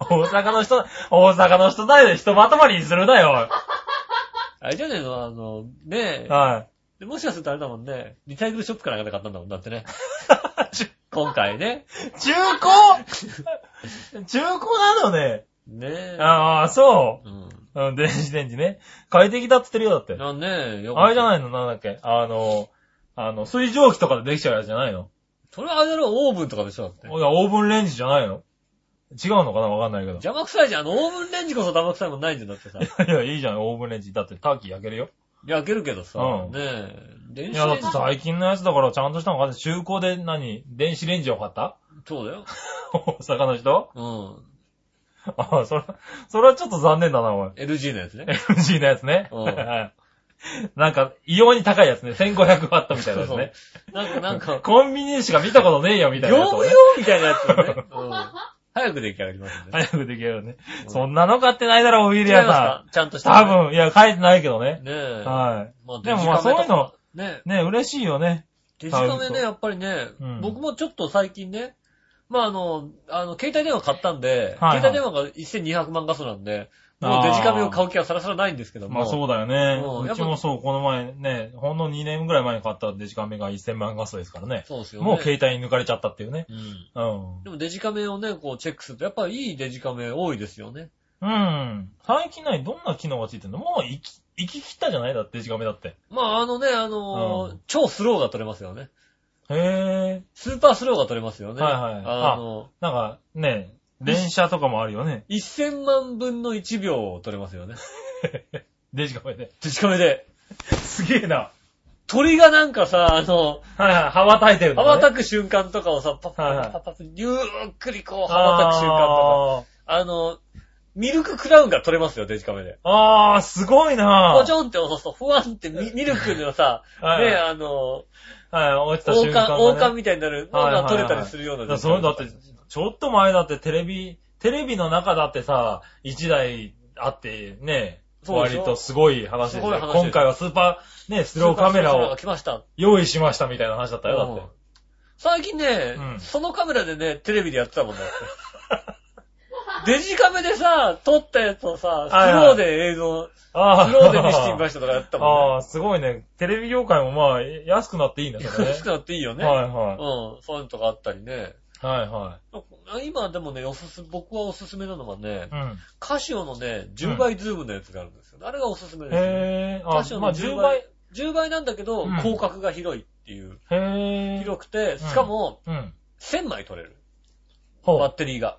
阪の人、大阪の人だよ、ひとまとまりにするなよ。
あれじゃねえのあの、ねえ。
は
でもしかするとあれだもんね。リサイクルショップからなんか買ったんだもん、だって ね。今回ね。
い。中古 中古なのね。
ねえ。
ああ、そ
うん。
う。うん、電子レンジね。快適だって言ってるよ、だって。
あねえ、よ
あれじゃ
い
ないのなんだっけあの、あの、水蒸気とかでできちゃうやつじゃないの
それはあれだろ、オーブンとかでしょ、だって。
いやオーブンレンジじゃないの違うのかなわかんないけど。
邪魔くさいじゃん。あの、オーブンレンジこそ邪魔くさいもんないんじゃん、だってさ。
いや、いいじゃん、オーブンレンジ。だってターキー焼けるよ。
焼けるけどさ、
う
ね
ん
え。電
い
子
や、
レ
だっ
ンジ。
て最近のやつだからちゃんとしたのか中古で何電子レンジを買った
そうだよ。
大阪の人
うん。
ああ、それ、それはちょっと残念だな、おい。
LG のやつね。
LG のやつね。
うん
はい なんか、異様に高いやつね。1500ワットみたいなやつね。
なんか、なん か、
コンビニしか見たことねえよ、みたいな
業
やつを
務
ね
用。みたいなやつだね。うん。早く出来上がりますんでね。
早くできるよね
う。ん
そんなの買ってないだろ、ウィ
違い
リ
ま
ア
す
さ
かちゃんと
ん。
した。
多。分、いや、書いてないけどね。
ねえ。
は
まあ、
でもま
デジカメと
あ
か
そ。
ね
い。ね、嬉しいよね。
デジカメね、やっぱりね
うん、
僕もちょっと最近ね、まああの、あの、携帯電話買ったんで、
はいは
携
い
帯電話が1200万画素なんで、も
あ
う
ー
デジカメを買う気はさらさらないんですけども。
まあそうだよね
うん。やっ
うち
ぱ
もそう、この前ね、ほんの2年ぐらい前に買ったデジカメが1000万画素ですからね。
そうですよね。
もう携帯に抜かれちゃったっていうね。
うん。
うん。
でもデジカメをね、こうチェックすると、やっぱいいデジカメ多いですよね。
うん。最近何、どんな機能がついてんのもう行き、行き切ったじゃないだって、デジカメだって。
まああのね、あのー
うん
超スローが撮れますよね。
へえ。
スーパースローが撮れますよね。
はいはい
あの、
なんか、ね、連写とかもあるよね。
1000万分の1秒を撮れますよね。
デジカメで。
デジカメで。
すげえな。
鳥がなんかさ、あの、
はいはい、羽ばたいてる
羽ばたく瞬間とかをさ、パッパ
はいは
ッ
い
パッパッパッゆっくりこう羽ばた
羽ば
く
たく
瞬間とか。
瞬間とか。
あの、ミルククラウンが撮れますよ、デジカメで。
あー、すごいな
ポチョンって押すと、ふわんって ミミルクのさ、
はい
ね、あの、
はい、落ちた
王
瞬間が
冠、
ね、
王冠みたいになるの
はいは
が
いはい
撮れたりするよう
だ
な
から
デジカ
そ
メ。
れだって、ちょっと前だってテレビ、テレビの中だってさ、1台あってね、
そうでしょ
割とすごい話です
すごい
よ。
話です
今回はスーパー、ね、スローカメラ
スーパースローが
を
来ました。
用意しましたみたいな話だったよ、だ
うん
っ
最近ね、
うん
そのカメラでね、テレビでやってたもんだ って。デジカメでさ、撮ったやつをさ、
はい
ス
はい
ローで映像、
て。ああ、
スローで見せてみましたとかやったもんね。
ああ、すごいね。テレビ業界もまあ、安くなっていいん だけどね。
安くなっていいよね。
はいは
うん、そういうのとかあったりね。
い。はいは
今でもね、おすす、僕はおすすめなのがね
い。、うん。
カシオのね、10倍ズームのやつがあるんですよ。あれがおすすめですね。
へえ、あ、まあ
カシオの
10
10
倍。
倍、10倍なんだけど、
うん
広角が広いっていう。
へえ。
広くて、しかも、
うん。
1000枚撮れる。
ほ
バッ
う。
テリーが。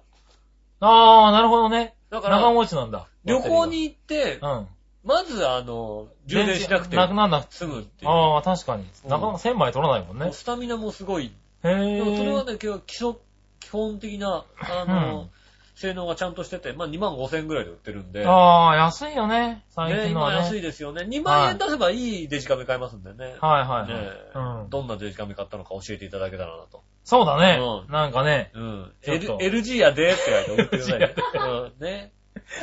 ああ、なるほどね。
だから、
長持ちなんだ。
旅行に行って、
うん。
まずあの、充電しなくて
なくなんなくて
済むっていう。
ああ、確かに。なかなか1000枚取らないもんね。
スタミナもすごい。
へ
でもそれは
え。
ね、基本基本的な、あの、
うん
性能がちゃんとしてて、まあ2万5千円ぐらいで売ってるんで、
ああ、安いよね。最
ね、
近のは
今
ね。
安いですよね。2万円出せばいいデジカメ買えますんでね。
はいはい
ね
はい。うん。
どんなデジカメ買ったのか教えていただけたらなと。
そうだね
う。ん
なんかね、
うん。
ちょっ
L
と
LG やでって言われて送ってく ださいね。うんね。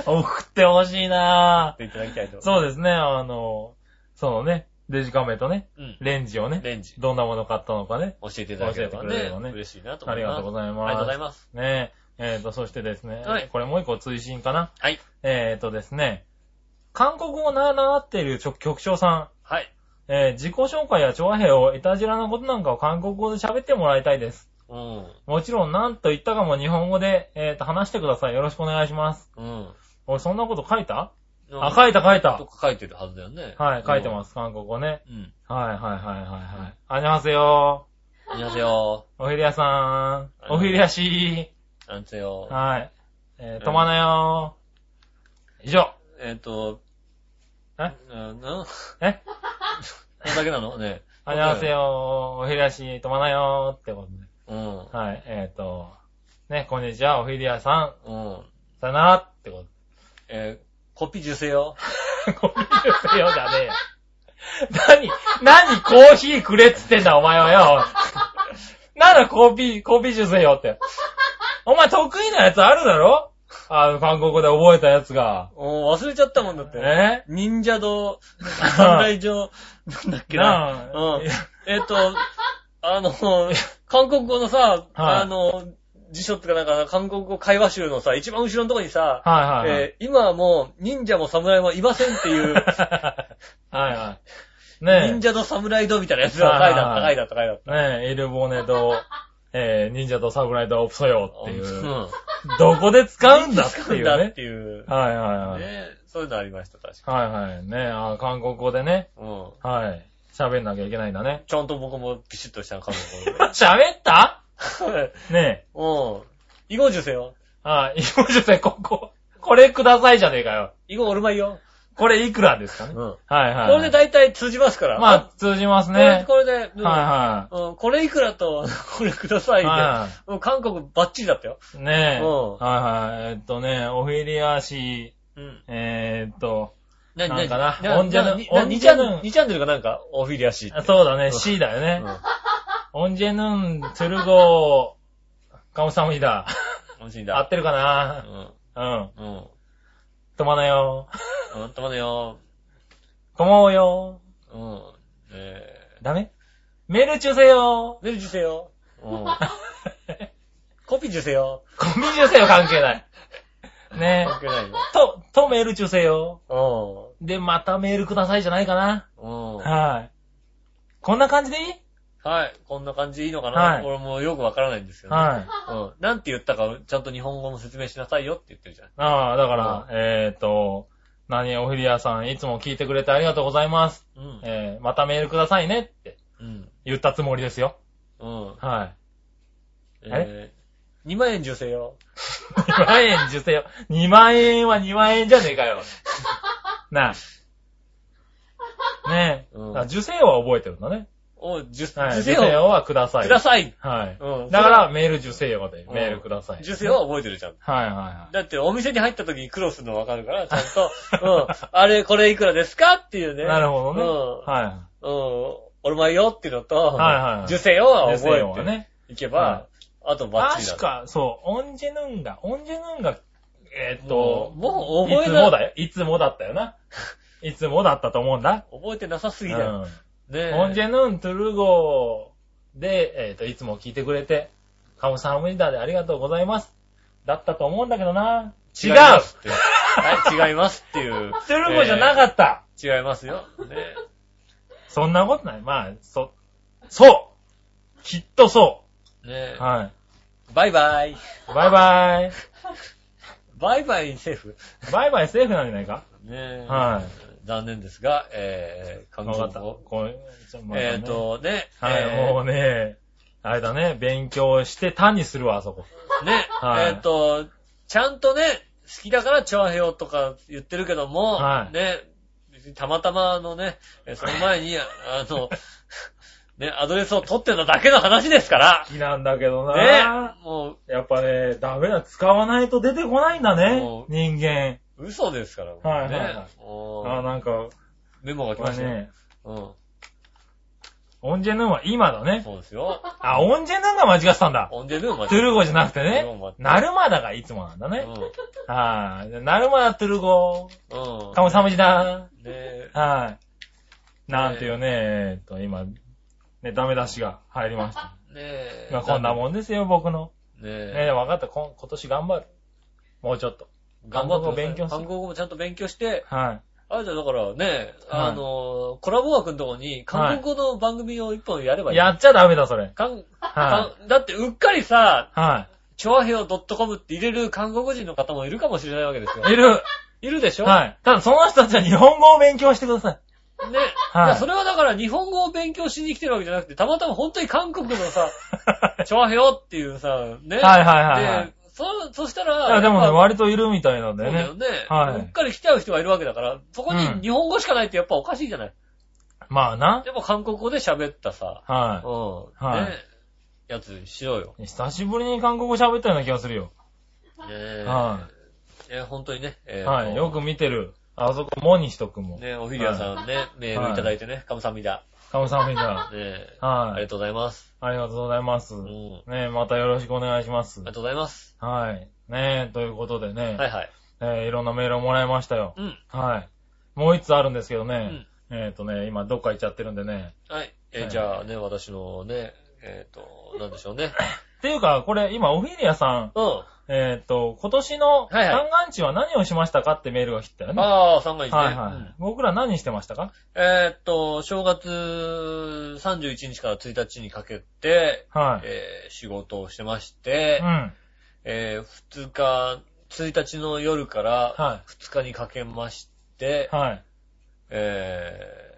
送ってほしいな
っていただきたいと思いま
そうですね、あの、そうね、デジカメとね、
す。うん。
レンジをね、
レンジ。
どんなもの買ったのかね。
教えていただければ
教えてくれ
ね
ればね
嬉しいなと
あ
思
り
います。
がとうござい
ありがとうござ
ま
います。
す。ねえ、えっ、と、そしてですね、
はい
これもう一個追伸かな。
はい。
えっ、とですね、韓国語を習っている局局長さん、
はい。
えー自己紹介や調和兵を、いたじらのことなんかを韓国語で喋ってもらいたいです。
う
もちろん、何と言ったかも日本語で、えっ、と、話してください。よろしくお願いします。
ん。
俺、そんなこと書いた
うん。
あ、書いた書い
と
た。
か書いてるはずだよね。
はい、書いて
す。
ます、韓国語ね。
うん。
はい、はい、はい、はい、はい。あにゃはせよ
あんにゃせよ。
おひりやさ
は
ん。
い
おひりやし
あんせよ
ー。。はい。えー、とまなよー。以上。
えっと、
え
うん、うん
え
それだけなのね。
あにゃはせよー。おひりやしー。とまなよー。ってことで。
うん。
はい、えっ、ー、と、ね、こんにちは、おひりやさん。
うん。
さよならってこと。
えー、コピ受精よ。
コーヒーくれよじゃねえよ。何、何コーヒーくれっつってんだお前はよ。ならコーピー、コーピージュースよって。お前得意なやつあるだろあの、韓国語で覚えたやつが。
おー忘れちゃったもんだって。
ね
忍者 堂、侍城、なんだっけな。
なあ
うん。えっと、あの、韓国語のさ、あの、辞書っていうかなんか、韓国語会話集のさ、一番後ろのとこにさ、
はいはいはい。
えー今はもう、忍者も侍もいませんって いう、
はいはい。ね
忍者と侍堂みたいなやつが書いてあった、書いてあった、書いてあっ
え、ねえ、エルボネと、えー、忍者と侍とオプソヨ
た。
っていうう、
ん。
どこで使うんだって
使う
い
ん
う
だっ
ね
て。いう。
はいはいはい。
ねそういうのありました、確か
はいはい。ねえ、あー韓国語でね、
に。うん。
はい。喋んなきゃいけないんだね。
ちゃんと僕もピシッとした韓国語
喋った
で。
ねえ。
うん。囲碁受精よ。
あー、い もじゅせ、ここ、これくださいじゃねえかよ。
囲碁おるまいよ。
これいくらですか
う
ね
ん。。こ
はいはい。
れで大体通じますから。
まあ、通じます
これ
ね。
これで、うん
は
うんこれいくらと、これください
いは
で。うん韓国バッチリだったよ。
い。はい。ねえ。
うん
はいはい。えっとね、オフィリア市、
うん。
えーっと、
な
なんかな
な
オンジェヌ
なにな
オン
に
ジェヌ
にチャンネルかなんか、オフィリアシー
あ
って。
そうだね、C だよね。オンジェヌン、トゥルゴー、カムサムイだ。
楽しいん
合
だ
っ。てるか
う。
なんうん。
うん。
とまなよ。
うん。たまねよ。
とまおうよ。
うん。え
ダメメール中せよ
ー。メール受精よ。うん。コピー受精よ。
コミュ中せよ関係ない。ね
関係ないよ。
え。と、とメール中せよ。
う
で、またメールくださいじゃないかな。
ん。うん。
はい。こんな感じでいい
はい。こんな感じでいいのか
は
ない俺もよくわからないんですけどね。
はい。
うん。なんて言ったか、ちゃんと日本語も説明しなさいよって言ってるじゃん。
ああ、だから、えっ、と、何、オフィリアさん、いつも聞いてくれてありがとうございます。
うん。
えー、またメールくださいねって
うん。
言ったつもりですよ。
うん。
は
えー、2万円受精よ。
い。2万円受精よ。2万円は2万円じゃねえかよ。なあ。ねえ。
うん
だから受精は覚えてるんだね。
お、受
は
受
い。
精
受精
を
はください。
ください。
はい。
うん
だから、メール受精よで、
うん
メールください。
受精は覚えてるじゃん。
はいはいは
だってお店に入った時に苦労するのわかるから、ちゃん と、うん、あれこれいくらですかっていう
い。
ね。
なるほどね。
うん
は
うん、俺前よっていうのと、
はいはい
受精よ
いはい。
は
受
覚
精は
えて
ね。
いけば、あとバッチリだ。
確か、そう、オンジェヌンガ、オンジェヌンガ、えーっ
も
と
う、、もう
い
覚え
つ
な
もだよ。いつもだった よな。いつもだったと思うんだ。
覚えてなさす
う
ぎだよ。
ん。
ねえ。
オンジェヌン、トゥルゴーで、えーっと、いつも聞いてくれて、カムサハムリーダーでありがとうございます。だったと思うんだけどな。違う
いますっていうはい、違いますって いう。
トゥルゴーじゃなかった、
えー違いますよ。ねえ
そんなことない。まあ、そ、そうきっとそ
ねえ
う。はい。
バイバイ。
バイバイ。
バイバイセーフ。
バイバイセーフなんじゃないか
ねえ。。
はい
残念ですが、えー、韓
わ
国
かった。
語。
こうちょまだね
えっ、と、ね、
はい、
えー
もうね、あれだね、勉強して単にするわ、あそこ。
ね、
はい
えっ、と、ちゃんとね、好きだから調和表とか言ってるけども、
はい
ね、別にたまたまあのね、えその前に、ああの、ね、アドレスを取ってただけの話ですから、
好きなんだけどな
ね、も
やっぱね、ダメだ、使わないと出てこないんだね
も、う
人間。
う、嘘ですから、もう
はい
ね、
はいはい
もう
あなんか、
メモが来
こ
ま
れ
したよ、
ね、
うん。
オンジェヌンは今だね。
そうですよ。
あ、オンジェヌンが間違ってたんだ。
オンデルーマ
トゥルゴじゃなく
ト
て
ゥルゴ
ね、ナルマダがいつもなんだね。はい。ナルマダ、トゥルゴ、
うん。うん。
カムサムジだ。
ねえ
はい。なんていうね、えっと、今、ね、ダメ出しが入りました。
ねえ。
まあこんなもんですよ、僕の。
ねえ。
ねえ、分かった。こん今年頑張る。もうちょっと。
頑張って
韓国語勉強する
韓国語もちゃんと勉強して、
は
あれだよ、だからね、
はい
あの、コラボ枠のとこに、韓国語の番組を一本やればい
い。
い。
やっちゃダメだ、それ。
韓
は
韓だって、うっかりさ、
い。は
チョアヘオ .com って入れる韓国人の方もいるかもしれないわけですよ
い。。いる。
いるでしょ。
はいい。ただ、その人たちは日本語を勉強してください。
ね。
はい
いやそれはだから日本語を勉強しに来てるわけじゃなくて、たまたま本当に韓国のさ、チョアヘオっていうさ、ね。
はいはいはいはい
で、そ、そした
い
ら、
や、でもね、
やっぱ
割といるみたいなん
そ
だよ
うだよ
ね。
ね。
はいう
っかり来ちゃう人がいるわけだから、そこ
うん
に日本語しかないってやっぱおかしいじゃない。
まあな。
でも韓国語で喋ったさ、う
は
ん、
はい
ね、やつにしろよ。
い。久しぶりに韓国語喋ったような気がするよ。
ねえ、
は
え本当にね、え
い。
ーと
はい。よく見てる。あそこ、モニヒト君も。
ね、おフィリアさんね、メールいただいてね、カムサミダ。
カムサンフィン
ね
ダ
え。
ー。
あ
は
り
い。
がとうございます。
ありがとうございます。
うん。あ
ね
り
え、またよろしくお願いします
が。とうございます。
はい。ねえ、ということでね、
はいはい。
えーいろんなメールをもらいましたよ。
うん。
はい。もう一つあるんですけど
う
ね
ん、。
えっとね、今どっか行っちゃってるんでね。
はい。え
は
ー、
い
じゃあね、私のね、えっと、なんでしょうね。
っていうか、これ今、オフィリアさん、
うん。
えっと、今年の
はいはい
三眼地は何をしましたかってメールが来たよね。
ああ、3がいいね。
はいは
うん
い。僕ら何してましたか
えーっと、正月31日から1日にかけて、
はい。
えー仕事をしてまして、
うん。
え2日、1日の夜から
は
2日にかけまして、
はい。
えー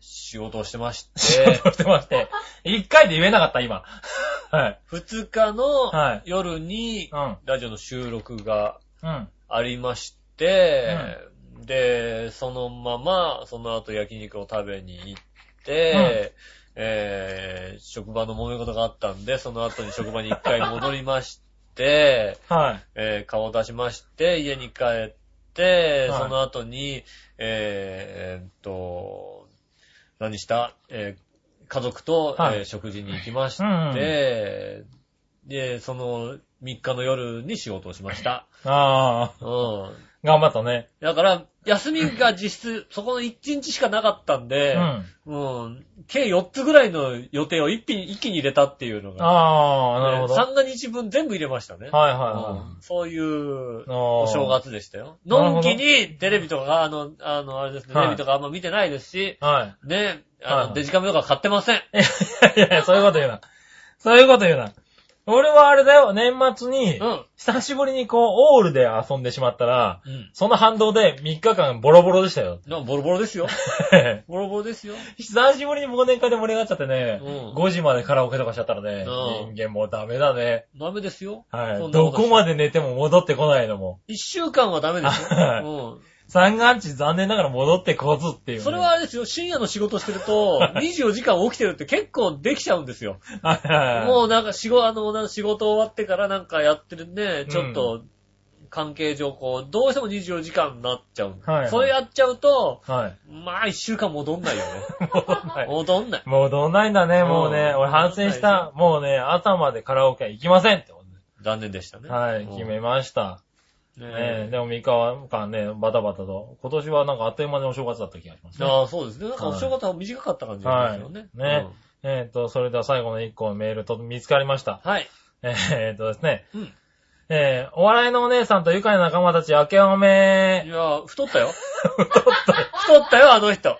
仕事をしてまし
仕
て、
事してまして。一回で言えなかった、今。 はい。
2日の
はい
夜に
うん。
ラジオの収録が
うん。
ありまして、で、そのまま、その後焼肉を食べに行って、えー職場の揉め事があったんで、その後に職場に一回戻りま して、
はい。
えー顔を出しまして、家に帰って、
はい
その後に、えーえーっと、何した、えー家族と、
はい
えー食事に行きまして、
うんうん
で、その3日の夜に仕事をしま した。
あ
うん。
あ、頑張ったね。
だから、休みが実質、そこの1日しかなかったん
う
で、
ん。
うん、計4つぐらいの予定を一気に一気に入れたっていうのが、
ああ、なるほど。はい
3が日分全部入れましたね。
はい
うん
は
そういう
い。
お
お
正。月でしたよ。
なる
のん
ほど
きにテレビとか、あの、あの、あれですね、テ
はい
レビとかあんま見てないですし、
はい。
ね、あの、
はい
デジカメとか買ってません。
い やいやいや、そういうこと言うな。そういうこと言うな。俺はあれだよ、年末に
う、ん。
久しぶりにこう、オールで遊んでしまったら、
うん。
その反動で3日間ボロボロでしたよ。
なボロボロですよ。ボロボロですよ。
久しぶりに忘年会で盛り上がっちゃってね、
うん
5時までカラオケとかしちゃったらね、
うん
人間もうダメだね。
ダメですよ。
は
そんな
い。ど
とし
こまで寝ても戻ってこないのも。
一週間はダメです
はい
よ。う
三眼地残念ながら戻ってこずっていう、
ん。
ね。
それはあれですよ、深夜の仕事してると、24時間起きてるって結構できちゃうんですよ。
はいはいはい、
もうなんか仕事、あの、なんか仕事終わってからなんかやってるね、ちょっと、関係上、こう、どうしても24時間になっちゃう。
はいはい
それやっちゃうと、
はい。
まあ、一週間戻んないよ ね。
戻ん ない。
戻んない。
戻んないんだね、もうね。
うん
俺反省した。もうね、朝までカラオケは行きませんってことね
残念でしたね。
は
う
い、
ん
決めました。ね
ね
でも3日は間ね、バタバタと。今年はなんかあっという間にお正月だった気がします
え。
ね。
ああ、そうですね。なんか
は
お
い
正月は短かった感じがしますよね。
はいねえっ、と、それでは最後の1個のメールと見つかりました。
うん。はい。
えっ、とですね。
うん
えーお笑いのお姉さんと愉快な仲間たち、明けおめ
いやー、太ったよ。 太ったよ、あの人。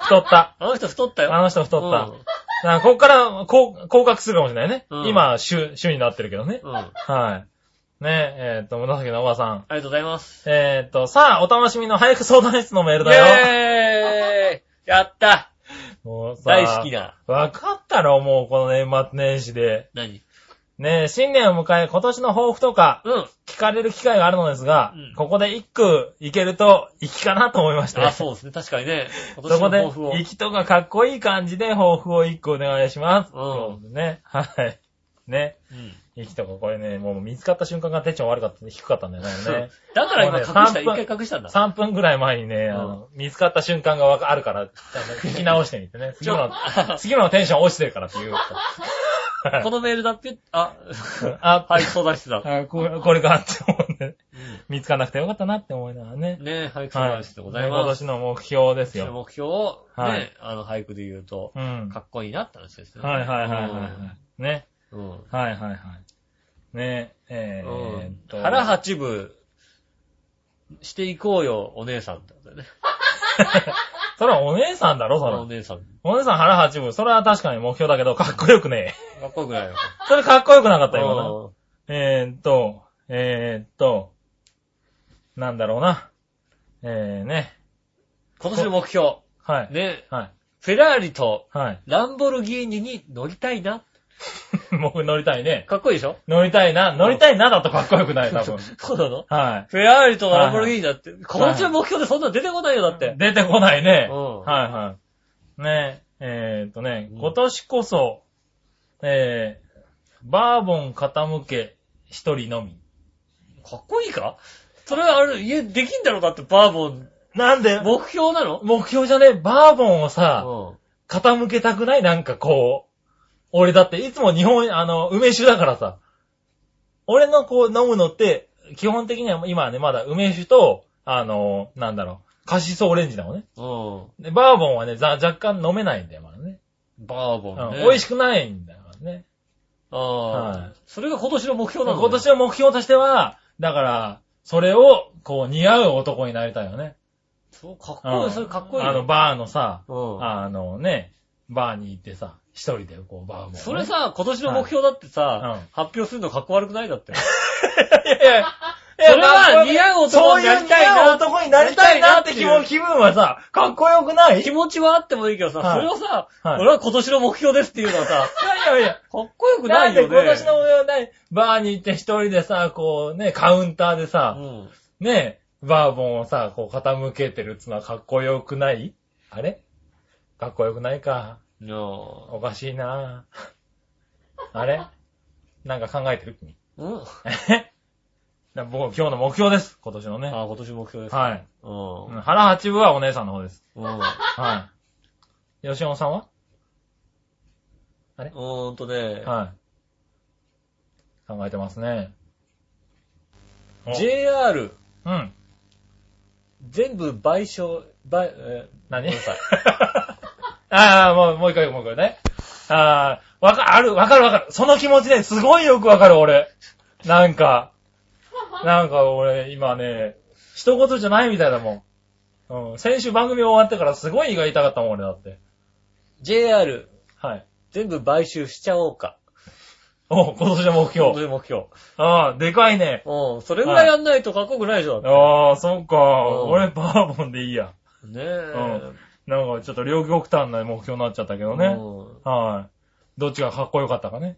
太った。
あの人太ったよ。
あの人太った。
うん
なここから、こう、降格するかもしれないね。
うん
今、主、主になってるけどね。
うん。あ
はい。ねえ、えっ、と、紫のおばさん。
りがとうございます。
えっ、と、さあ、お楽しみの早く相談室のメールだよ。
イェーイやった
もうさ
大好き。な。
わかったろ、もう、この年末年始で。
何
ねえ、新年を迎え、今年の抱負とか、
うん。
聞かれる機会があるのですが、
うん
ここで一句いけると、粋かなと思いました。
あ、そうですね。確かにね。今
そ
年の
こで
抱負を、。
息とかかっこいい感じで抱負を一個お願いします。
うん
そうですね。はい。ね。
うん
息とかこれね、もう見つかった瞬間がテンション悪かった、低かったんだよね。あ れね
だから今隠した。
ここね
一回隠したんだ。
3分ぐらい前にね、あの、見つかった瞬間がわかあるから、聞き直してみ てね。次の、 次のテンション落ちてるからっていう。はい
このメールだって、あ、
あ、
はい、相談室だ。
あこれ、これかって思うね。見つかなくてよかったなって思いながらね。
ねえ、俳句相
は
談
い。
室でござい
ね今
ます。
年の目標です
今年の
よ。
目標を、
は
ね
い、
あの、俳句で言うと、
うん。
かっこいいなって話ですね。
はいはいはいはいはい。ね。
うん。うん
はいはいはい。ねえ、え
う
ー
ん
っと。
腹八分、していこうよ、お姉さんってことだよね。
それはお姉さんだろ、そ
お
れ。
姉さん。
お姉さん腹八分。それは確かに目標だけど、かっこよくね
かっこよくないよ。
え。それかっこよくなかったよ、今
う
な。えーっと、えーっと、なんだろうな。えーね。
ん今年の目標。
はい。
ね、
はい。
フェラーリと
はい。
ランボルギーニに乗りたいな。
僕乗りたいね。
かっこいいでしょ
乗りたいな。乗りたいなだとかっこよくない、多分。
そうなの
は
フェラーリとランボルギーニだって。今
はい
年の目標でそんなの出てこないよ、だっ
い。
て。
出てこないね。
うん
はいはい。ねえ、えーっとね、
うん
今年こそ、えー、バーボン傾け一人のみ。
かっこいいかそれはあれ、家できんだろだって、バーボン。
なんで
目標なの
目標じゃねえ、バーボンをさ、
う
傾けたくないなんかこう。俺だっていつも日本、あの、梅酒だからさ。俺のこう飲むのって、基本的には今はね、まだ梅酒と、あの、なんだろう、カシスオレンジなのね。
うん。
で、バーボンはね、ざ若干飲めないんだよ、まだね。
バーボン
う
ね。
ん美味
しい。
しくないんだよね。は
ああ
い。
それが今年の目標なの
今年の目標としては、だから、それを、こう、似合う男になりたいよね。
そう、かっ
う
こい
ん
い、それかっこいいね。
あの、バーのさ、
うん。
あのね、バーに行ってさ、一人でこう、バーも、ね。
それさ、今年の目標だって
はいう
さ
ん、
発表するのかっこ悪くないだって。
いやいやいや、
それは似合う
そ
男
う
に
い
な
う
り
似
たい
合う
な。
男になりたいなって気
なりたいな
分気分はさ、かっこよくないい
気持ちはあってもいいけどさ、
はい
それをさ、
はい
俺は今年の目標ですっていうのはさ、
やいやいや。
かっこよくな
なん
い
で
よね。
今年の目標ないバーに行って一人でさ、こうね、カウンターでさ、
うん。
ね、バーボンをさ、こう傾けてるっつのはかっこよくないあれかっこよくないか。
いやー
おかしいなぁ。あれなんか考えてる君。
うん。あ
えだ僕、今日の目標です。今年のね。
あ、今年の目標です。
はい。
うん
うん原八分はお姉さんの方です。
うん。う
はい。吉本さんは
ーんとね、
はい。考えてますね。お
JR
うん。
全部賠償、賠、え
何
ごめんなさい
ああ、もう、もう一回、もう一回ね。ああ、わか、ある、わかるわかる。その気持ちね、すごいよくわかる、俺。なんか、なんか俺、今ね、一言じゃないみたいだもん。うん。先週番組終わってからすごい胃が痛かったもん、俺だって。
ー JR
はい。
全部買収しちゃおうか。
お、今年の目
今
標。
年の目標。
ああ、でかいね。
うん。それぐらいやんないとかっこよくないでしょ。
ああ、そっか。
うん
俺、バーボンでいいや。
ねえ。
なんか、ちょっと両極端な目標になっちゃったけどね。
うん
はい。どっちがかっこよかったかね。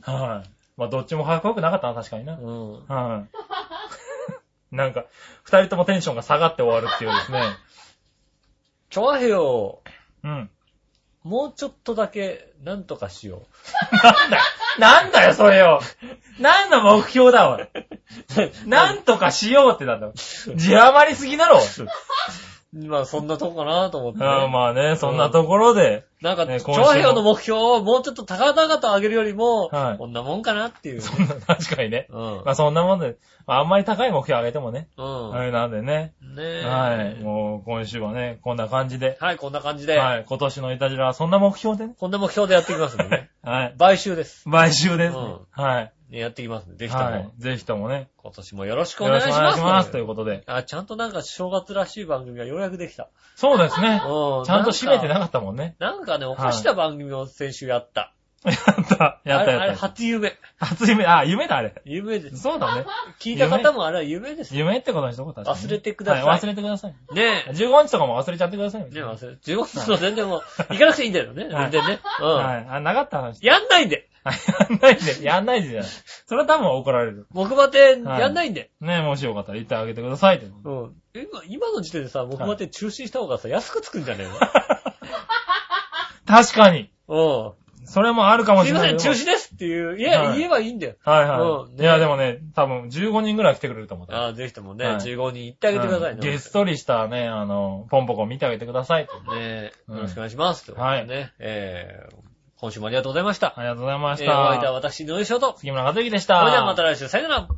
はい。まあ、どっちもかっこよくなかったな、確かにな。
うん。
はい。 なんか、二人ともテンションが下がって終わるっていうですね。
ちょわへよ、
うん。
もうちょっとだけ、なんとかしよ
なんだよなんだよ、それよ何の目標 だ、おい。なんとかしようってなんだよ。字余りすぎ だろ。
う。まあ、そんなとこかなと思ってね。
ああまあね、そんなところで。
なんか、
ね
調
今週も
和平和の目標をもうちょっと高々と上げるよりも、
はい
こんなもんかなっていう。
そんな 確かにね。
うん。
まあそんなもんで、まああんまり高い目標上げてもね。
うん。
あれなんでね。
ねえ。
はい。もう今週はね、こんな感じで。
はい、こんな感じで、
はい。今年のイタジラはそんな目標でね。
こんな目標でやっていきますんでね。
はい。
買収です。
毎週ですね。
うん
はい。
ね、やっていきますんで、ぜひとも、
はい。ぜひともね。
今年もよろしくお
よ
願
ろ
い
し
し
くお
ま
願い
す。
します。ということで。
あ、ちゃんとなんか正月らしい番組がようやくできた。
そうで すね。
うん。
ちゃんと締めてな
か
かったもんね。
なんかね、おかした番組を先週やった。
やった。やった
あれあ
や
れ、
った。
初夢。
初夢、あ、夢だあれ。
夢です。
そうだ ね。
聞いた方もあれは夢です。
夢ってことにしとこう確かにね
忘れてください
は忘れてください。
ねえ。
15日とかも忘れちゃってください。
ねえ、忘れ。15分の全然 もう、行かなくていいんだよね。全
はい
然ね。
は
うん。
い。あ、なかった話。
やんないんで。
あやんないで、やんないでじゃない。それは多分怒られる。
木馬亭、
はい
やんないんで。
ねもしよかったら言ってあげてくださいって。
うん。今、今の時点でさ、木馬亭中止した方がさ、安くつくんじゃね
確かに。
え の
それもあるか
う
も
ん。す
し
い
れ
ま
な
せ
い
ん、
け
中
ど。
止ですっていう、いや、
はい
言えばいいんだよ。
はいは
うん
い。
ね
いや、でもね、多分15人ぐらい来てくれると思う。
ああ、ぜひともね、
はい
15人行ってあげてください
うん
ね。
げっそりしたね、あの、ポンポコ見てあげてくださいって。
ねえ、
うん
よろしくお願いします。
はい
ね、えー、今週もありがとうございました。
ありがとうございまし
えーお相
た
手は。私、井上翔と。
杉村和之でし
そ
た。
れではまた来週、さよなら。